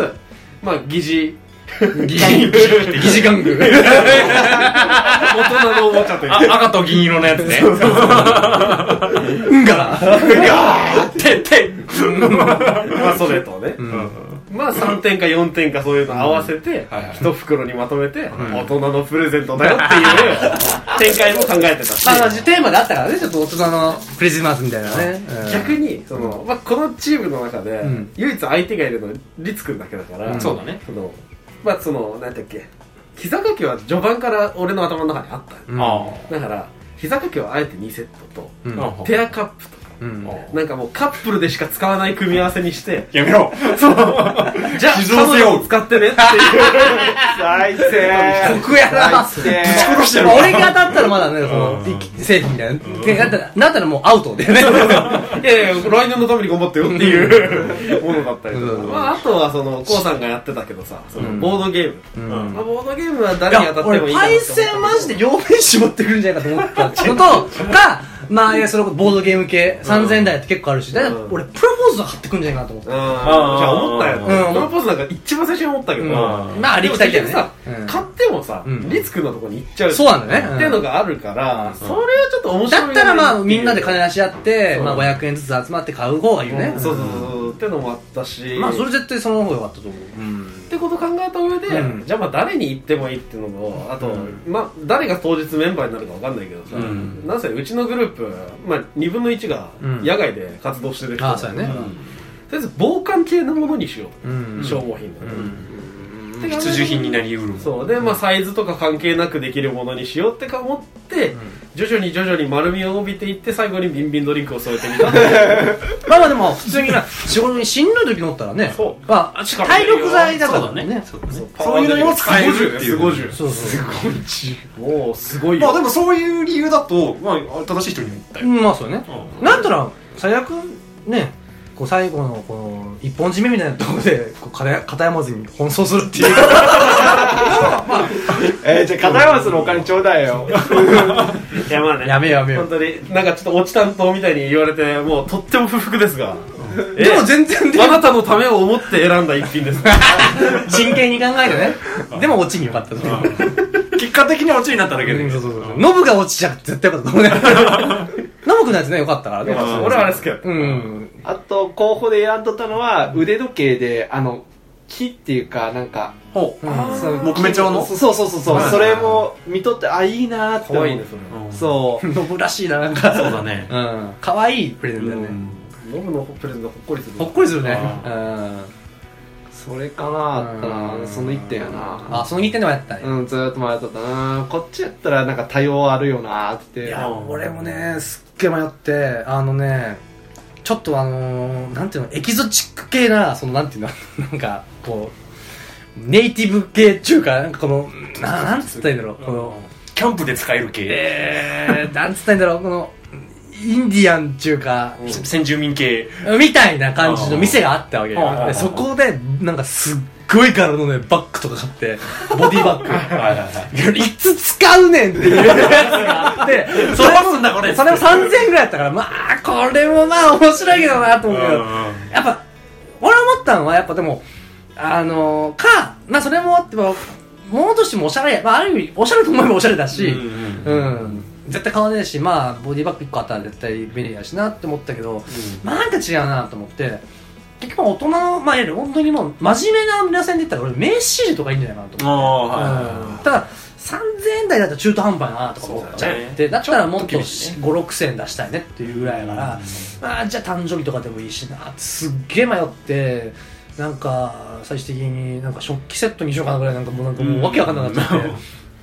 F: まあ疑似
A: 疑似、疑似玩具。
F: 大人のおもちゃという
E: あ、
F: か
E: 赤と銀色のやつね。
A: うんが。
E: てって。
F: まあそれとね、まあ3点か4点かそういうの合わせて
E: はいはい
F: 一袋にまとめて大人のプレゼントだよって いう展開も考えてたし
A: まあまあ、テーマであったからね、ちょっと大人のクリスマスみたいなね。うん
F: 逆にその、まあ、このチームの中で
A: ん
F: 唯一相手がいるのはリツくんだけだから、
A: うん
E: そうだね。
F: そのまあそのなんだっけ膝掛けは序盤から俺の頭の中にあった
A: うん
E: あ
F: だから膝掛けはあえて2セット
A: う
E: あ。
F: とペアカップとか
A: うん
F: なんかもうカップルでしか使わない組み合わせ にして
E: やめろ。
F: じゃあ
E: 寄
F: 彼
E: 贈せよう
F: 女を使って ねっていう
C: 最低。
A: 僕やな
C: 最低。
A: まあ俺が当たったらまだね、その
E: うん、
A: 製品みたいな。でなったら、なったらもうアウトだ よね。
F: いやいや、来年のために頑張ってよっていうものだったりとか、
A: うん
F: まあ、あとはその、こうさんがやってたけどさ、その
A: うん
F: ボードゲーム、
A: うん
F: まあ、ボードゲームは誰
A: い
F: に当
A: や
F: たって
A: 俺
F: もいいかな
A: パイ
F: って
A: セン
F: 思っ
A: マジで両面絞ってくるんじゃないかと思ったのとかまあいやそれこそボードゲーム系3000台って結構あるしだから俺プロポーズは買ってくんじゃないかなと思った
F: うん、じゃあ思ったよ、
A: うん
F: このポーズなんか一番最初に思ったけど、
A: うんまあありきたりだよね
F: でも結局さ
A: うん
F: 買ってもさ、
A: うん
F: リツくんのとこに行っちゃう
A: そうなんだよねうん
F: っていうのがあるから、それはちょっと面白い
A: だ
F: ね
A: ったらまあみんなで金出し合って
F: そう
A: まあ500円ずつ集まって買う方がいいよね
F: そうそうそうそうってのもあったし、
A: まあそれ絶対その方が良かったと思う
F: ってことを考えた上で、
A: うん
F: じゃあまあ誰に行ってもいいっていうのもあと、まあ誰が当日メンバーになるかわかんないけどさ、
E: ん
F: なんせうちのグループ、まあ、2分の1が
A: うん
F: 野外で活動してる人、
A: ああそうやね
F: とりあえず防寒系のものにしよ
A: う
F: う、
A: ん
F: 消耗品の、って考えた
E: 必需品になりうる。
F: そうでまあサイズとか関係なくできるものにしようってか思って、徐々に徐々に丸みを帯びていって最後にビンビンドリンクを添えてみた
A: まあまあでも普通 にまあ仕事にしんどい時乗ったらね
F: そ
A: まあ
E: 力入
A: 体
E: れるよ
A: 力剤だからね
F: そういうのにも使えるっ
E: っ
F: てて
E: い
F: いうう
A: そうそう
F: もうすごい
E: まあ
F: よ
E: でもそういう理由だと、まあ正しい人に言った
A: う
E: よ。
A: んまあそうねなんたら最悪ねこう最後のこの一本締めみたいなところでこう片片山津に奔走するっていう
C: えー、じゃあ、片山さんのお金ちょうだいよ。
F: いやまあ ね
A: やめようやめよう
F: 本当になんかちょっと落ち担当みたいに言われてもうとっても不服です が
A: でも全然
F: あなたのためを思って選んだ一品です。
A: 真剣に考えてねでも落ちに良かったと思う
E: 結果的にオチになっただけ
A: う
E: で
A: ん。そうそうそうノブが落ちちゃ絶対良かったと思うね ノブくんのやつね良かったからね
E: かった
F: 俺はあれ好きやった。
A: うん
C: あと、候補で選んどったのは、腕時計で、あの、木っていうか、なんか、
E: ほう。
C: その
E: 木目調の
C: そうそうそうそう、それも見とって、あ、いいなーって思う。
F: 怖いね、それ。
C: そう。
A: ノブらしいななんか
E: そうだね。
A: うん可愛いプレゼントだよ
E: う
A: ね
E: ん
F: ノブのプレゼントほっこりする。
A: ほっこりするね
E: あ
A: うん
C: それかなーった
A: うん
C: なその一点やな
A: あその2点でもやったね
C: うん、ずーっと迷っとったなこっちやったら、なんか多様あるよなーって。
A: いや、俺もね、すっげえ迷って、あのね、ちょっとあのー、なんていうの、エキゾチック系な、そのなんていうの、 なんか、こう、ネイティブ系っていうか、なんかこの、ななんつったらいいんだろう、この、
E: キャンプで使える系。
A: えー、なんつったらいいんだろう、この、インディアンっていうか、
E: 先住民系。
A: みたいな感じの店があったわけ
E: あ
A: よ。
E: あ
A: でそこで、なんかすっごい柄のね、バッグとか買って、ボディ バッグ。 いつ使うねんっていうやつが で、それも、それも3000円ぐらいだったから、まあ、これもまあ面白いけどなと思うけど、やっぱ、俺思ったのは、やっぱでも、あのか、まあそれもあって、まあ物としてもおしゃれ、まあある意味、おしゃれと思えばおしゃれだし、うん。絶対買わねえし、まあ、ボディバッグ1個あったら絶対便利やしなって思ったけど、まあなんか違うなと思って、結局大人の、まあ、いわゆる本当にもう、真面目な皆さんで言ったら、俺、名刺入れとかいいんじゃないかなと思って。うんただ3000円台だと中途半端だなとか思っちゃってだったらもっと56000円出したいねっていうぐらいだからまあじゃあ誕生日とかでもいいしなってすっげえ迷ってなんか最終的になんか食器セットにしようかなぐらいなんかもうなんかもうわけわかんなくなっちゃって。っ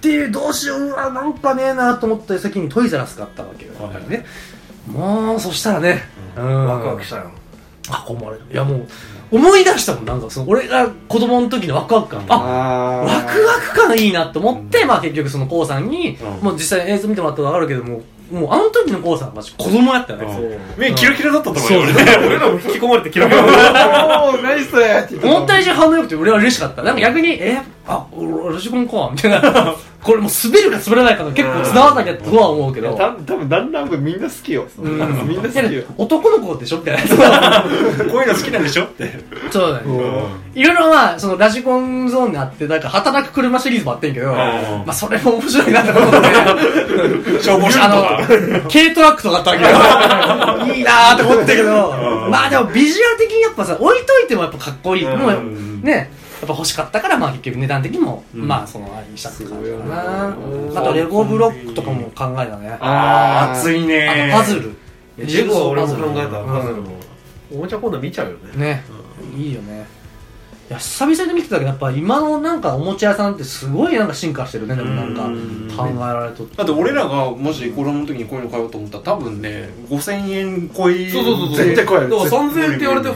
A: ていうどうしよううわなんかねえなと思って先にトイザらス買ったわけよ、ねもうそしたらね、うん、ワクワクしたよ囲まれるいやもう思い出したもんなんかその俺が子供の時のワクワク感あ
J: あ
A: ワクワク感いいなと思って、まあ結局そのコウさんに、もう実際映像見てもらったらわかるけども、もうあの時のコウさんはマジ子供やったよね。
F: 目キラキラだったと思うよ、俺ね。俺らも引き込まれてキラキ ラ。
J: おー何それって言って
A: 思った以上に反応良くて俺は嬉しかった。なんか逆に、えあ、俺、俺自分か、みたい な。これもう滑るか滑らないかの結構綱渡りだとは思うけど。
J: た多分ダンラン部みんな好きよ、みんな好き
A: い
J: よ
A: や男の子でしょみ たいな。
F: こういうの好きなんでしょって。
A: そうだね。いろいろまあ、そのラジコンゾーンにあって、なんか働く車シリーズもあってんけど、まあそれも面白いなと思って。
F: 消防車とか。
A: あの、軽トラックとかあったわけ よ。いいなーって思ったけど、まあでもビジュアル的にやっぱさ、置いといてもやっぱかっこいい。もう、ね、やっぱ欲しかったから、まあ結局値段的にも、まあその、あれにしたって感じかな。あとレゴブロックとかも考えたね。あ
J: あー
F: い
A: の、パズル。
F: ジェグは俺も考えた。パズル
A: うん
F: も。おもちゃコーナー見ちゃうよね。
A: ね、いいよね。いや、久々に見てたけど、やっぱ今のなんかおもちゃ屋さんってすごいなんか進化してるね、でもなんか考えられとって。
C: だって俺らがもし子供の時にこういうの買おうと思ったら多分ね5000円超え
F: そうそうそうそう。
J: 絶対超える
F: だから3000円って言われて、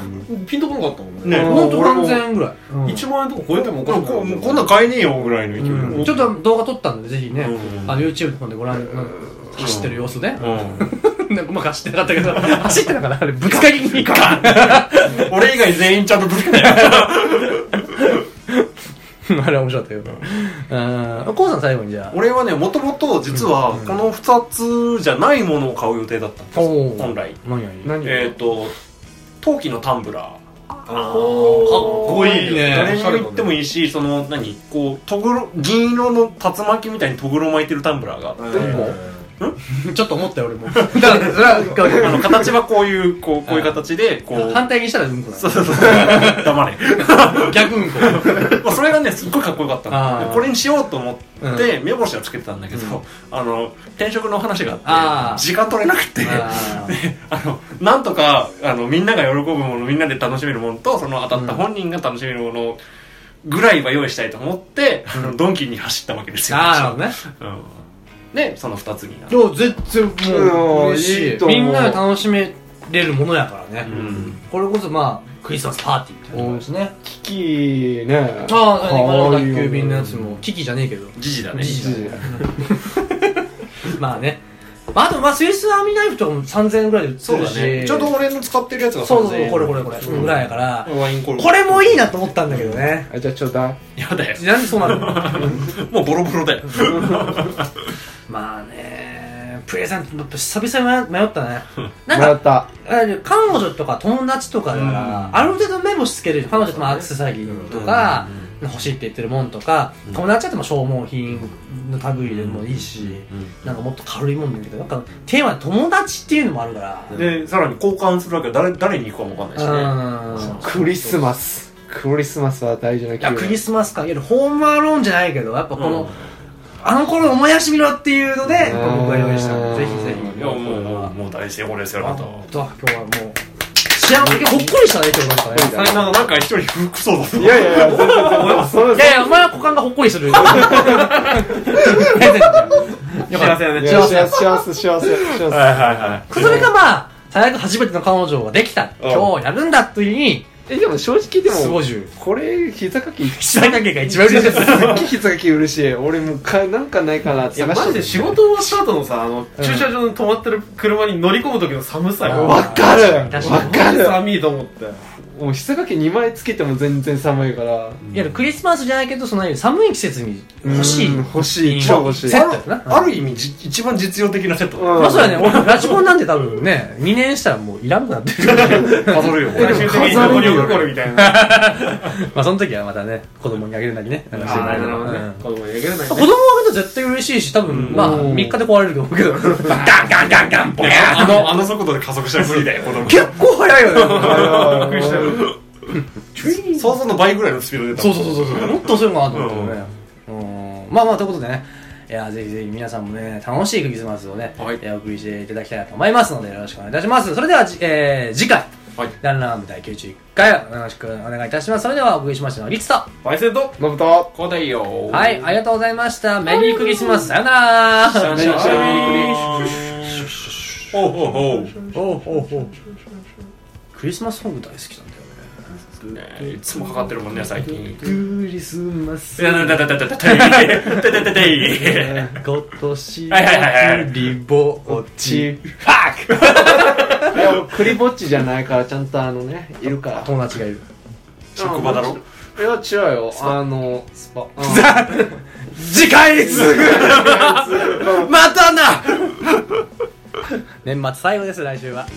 F: ピンとこなかったもんね。
A: ほんと3000円ぐらい。うん
F: 1万円とか超えてもおかしくないもんね。
C: な買えねえよぐらいの勢い
A: うんちょっと動画撮ったんで、ぜひね、
F: うん
A: あの YouTube とかでご覧、走ってる様子ね。 なんかうまく走ってなかったけど、 走ってたから、あれ、ぶつかりに行か。
F: 俺以外全員ちゃんとぶつけたよ。
A: あれ面白かったけど。うん。コウさん最後にじゃ
C: 俺はねもともと実はこの2つじゃないものを買う予定だったんで
A: あ。
C: すよ
A: お
C: 本来
A: 何やり。
J: 何
C: えっ、と陶器のタンブラー
F: あ
C: かっこいいね
F: かっこいいね
C: 誰にも言ってもいいしその何こうとぐろ銀色の竜巻みたいにとぐろ巻いてるタンブラーがあって
F: でも、
A: ちょっと思ったよ、俺も。だから、それ は、
C: あの形はこういうこ うこういう形でこう
A: 反対にしたらうんこだ。
C: そうそうそう 黙れ
A: 逆うんこ。
C: まあそれがねすっごいかっこよかった
A: あー
C: のでこれにしようと思って、目星はつけてたんだけど、あの転職の話があ
A: あ
C: っ
A: ー
C: て時間取れなくて
A: あ
C: あのなんとかあのみんなが喜ぶものみんなで楽しめるものとその当たった本人が楽しめるものぐらいは用意したいと思って、あのドンキに走ったわけです
A: ー
C: よ、
A: なるほどね。
C: うんでその2つになる、
A: 今日全然もう、嬉しい。
J: と思う
A: みんなで楽しめれるものやから
C: う
A: ね。
C: ん、
A: これこそまあ、クリスマスパーティーみたいなもんですね。
J: キキね
A: ああ、
J: か
A: 今の
J: わいい
A: 宅
J: よ
A: 急便のやつも、キキじゃねえけど。
C: 時事だね
A: まあね。まあ、あと、まあ、スイスアーミーナイフとかも3000円ぐらいで売って
C: そう
A: る
C: だね
A: し。
C: ちょうど俺の使ってるやつが
A: そうそう
C: 3000
A: そう、
C: 円
A: これこれこれ。ぐらいやから、
C: ワインコール
A: これもいいなと思ったんだけどね。
J: あじゃあちょうだい
C: やだよ
A: なんでそうなの
C: もうボロボロだよ
A: まあね、プレゼント、やっぱ久々に迷迷ったね。なん
J: もら
A: か、
J: った
A: あの彼女とか友達とかだから、ある程度目星つけるじゃん彼女ともアクセサリーとか、欲しいって言ってるもんとか、友達だっても消耗品の類でもいいし、なんかもっと軽いもんだけど、なんかテーマで友達っていうのもあるから、
C: でさらに交換するわけ誰誰に行くかもわかんないしね
A: うん。
J: クリスマスクリスマスは大事ない
A: や、クリ
J: ス
A: スマス感、いわゆるホームアローンじゃないけど、やっぱこの、
C: うん
A: あの頃思い出してみろっていうので、僕は用意したので、ぜひぜ
C: い
A: ひ。
C: やもうもうもう大成功ですよあ
A: あ
C: なたは
A: とは今日はもう、幸せ、ほっこりしたね、今日なんかね。
C: なんかなんか一人服装だぞ
J: いやいやいや全然全然それ
A: いやいや、お前は股間がほっこりする。よかった。
J: いや幸せ幸せ幸せ幸せ
C: はいはいはい
A: それがまあ、最悪初めての彼女ができた。今日やるんだという意味、
J: えでも正直で
A: スゴ
J: も
A: ジュ。
J: これ膝かき
A: 膝掛けが一番嬉しいです。
J: すっげえ膝かき嬉しい俺もうかなんかないかなって
F: いや、マ
J: 探して
F: ジで仕事終わった後のさ、あの、駐車場に止まってる車に乗り込む時の寒さよ。
J: わかる
A: 確
J: わ
A: かに
J: かる
F: 寒いと思って。
C: もう膝掛け2枚つけても全然寒いから
A: いや、クリスマスじゃないけど、その寒い季節に欲しい。
C: うん欲しい超欲しい
A: セットやな。
F: ある意味じ一番実用的なセットだね
A: まあ、それはね、俺、ラジコンなんて多分ね、2年したらもういらんくなってるから。
F: 飾るよ最終的にどこに残るみたい
A: ま
F: な
A: あ、その時はまたね、子供にあげるなりね。あ
M: あなるほどね
A: う
M: 子
A: ん
M: 供にあげれない
A: 子供あげたら絶対嬉しいし、多分、まあ、3日で壊れると思うけど、ガンガンガンガン、ボキャーン
F: あのあの速度で加速したら無理だよ子 供
A: 結構早いよね。
F: びっくりしたよ想像の倍ぐらいのスピードで出た
A: そうそうそうそう。もっと遅いのかなと思ってね。うん。まあまあ、ということでね。いや、ぜひぜひ皆さんもね、楽しいクリスマスをね、
F: はい
A: えーお送りしていただきたいなと思いますので、よろしくお願いいたします。それでは、じえー、次回、
F: はい
A: ランラン部第91回、よろしくお願いいたします。それでは、お送りしましたのは、リツと。
F: バイセント
C: 信太
F: こうだよ
A: はい、ありがとうございました。メリークリスマス。さよなら
F: シャンシャンシャンおうおう
A: お
F: おう
A: うおうおうクリスマスソング大好きなんだよね。
F: ねいつもかかってるもんね最近
A: クリスマス
F: いやだだだだだだだだだだだ
A: 今年
F: はいはいはいはい
A: のリボッチ。
C: クリぼっちじゃないからちゃんとあのねいるから
A: 友達がいる。
F: 職場だろ
C: いや違うよあのスパ
A: 次回す ぐまたな年末最後です来週は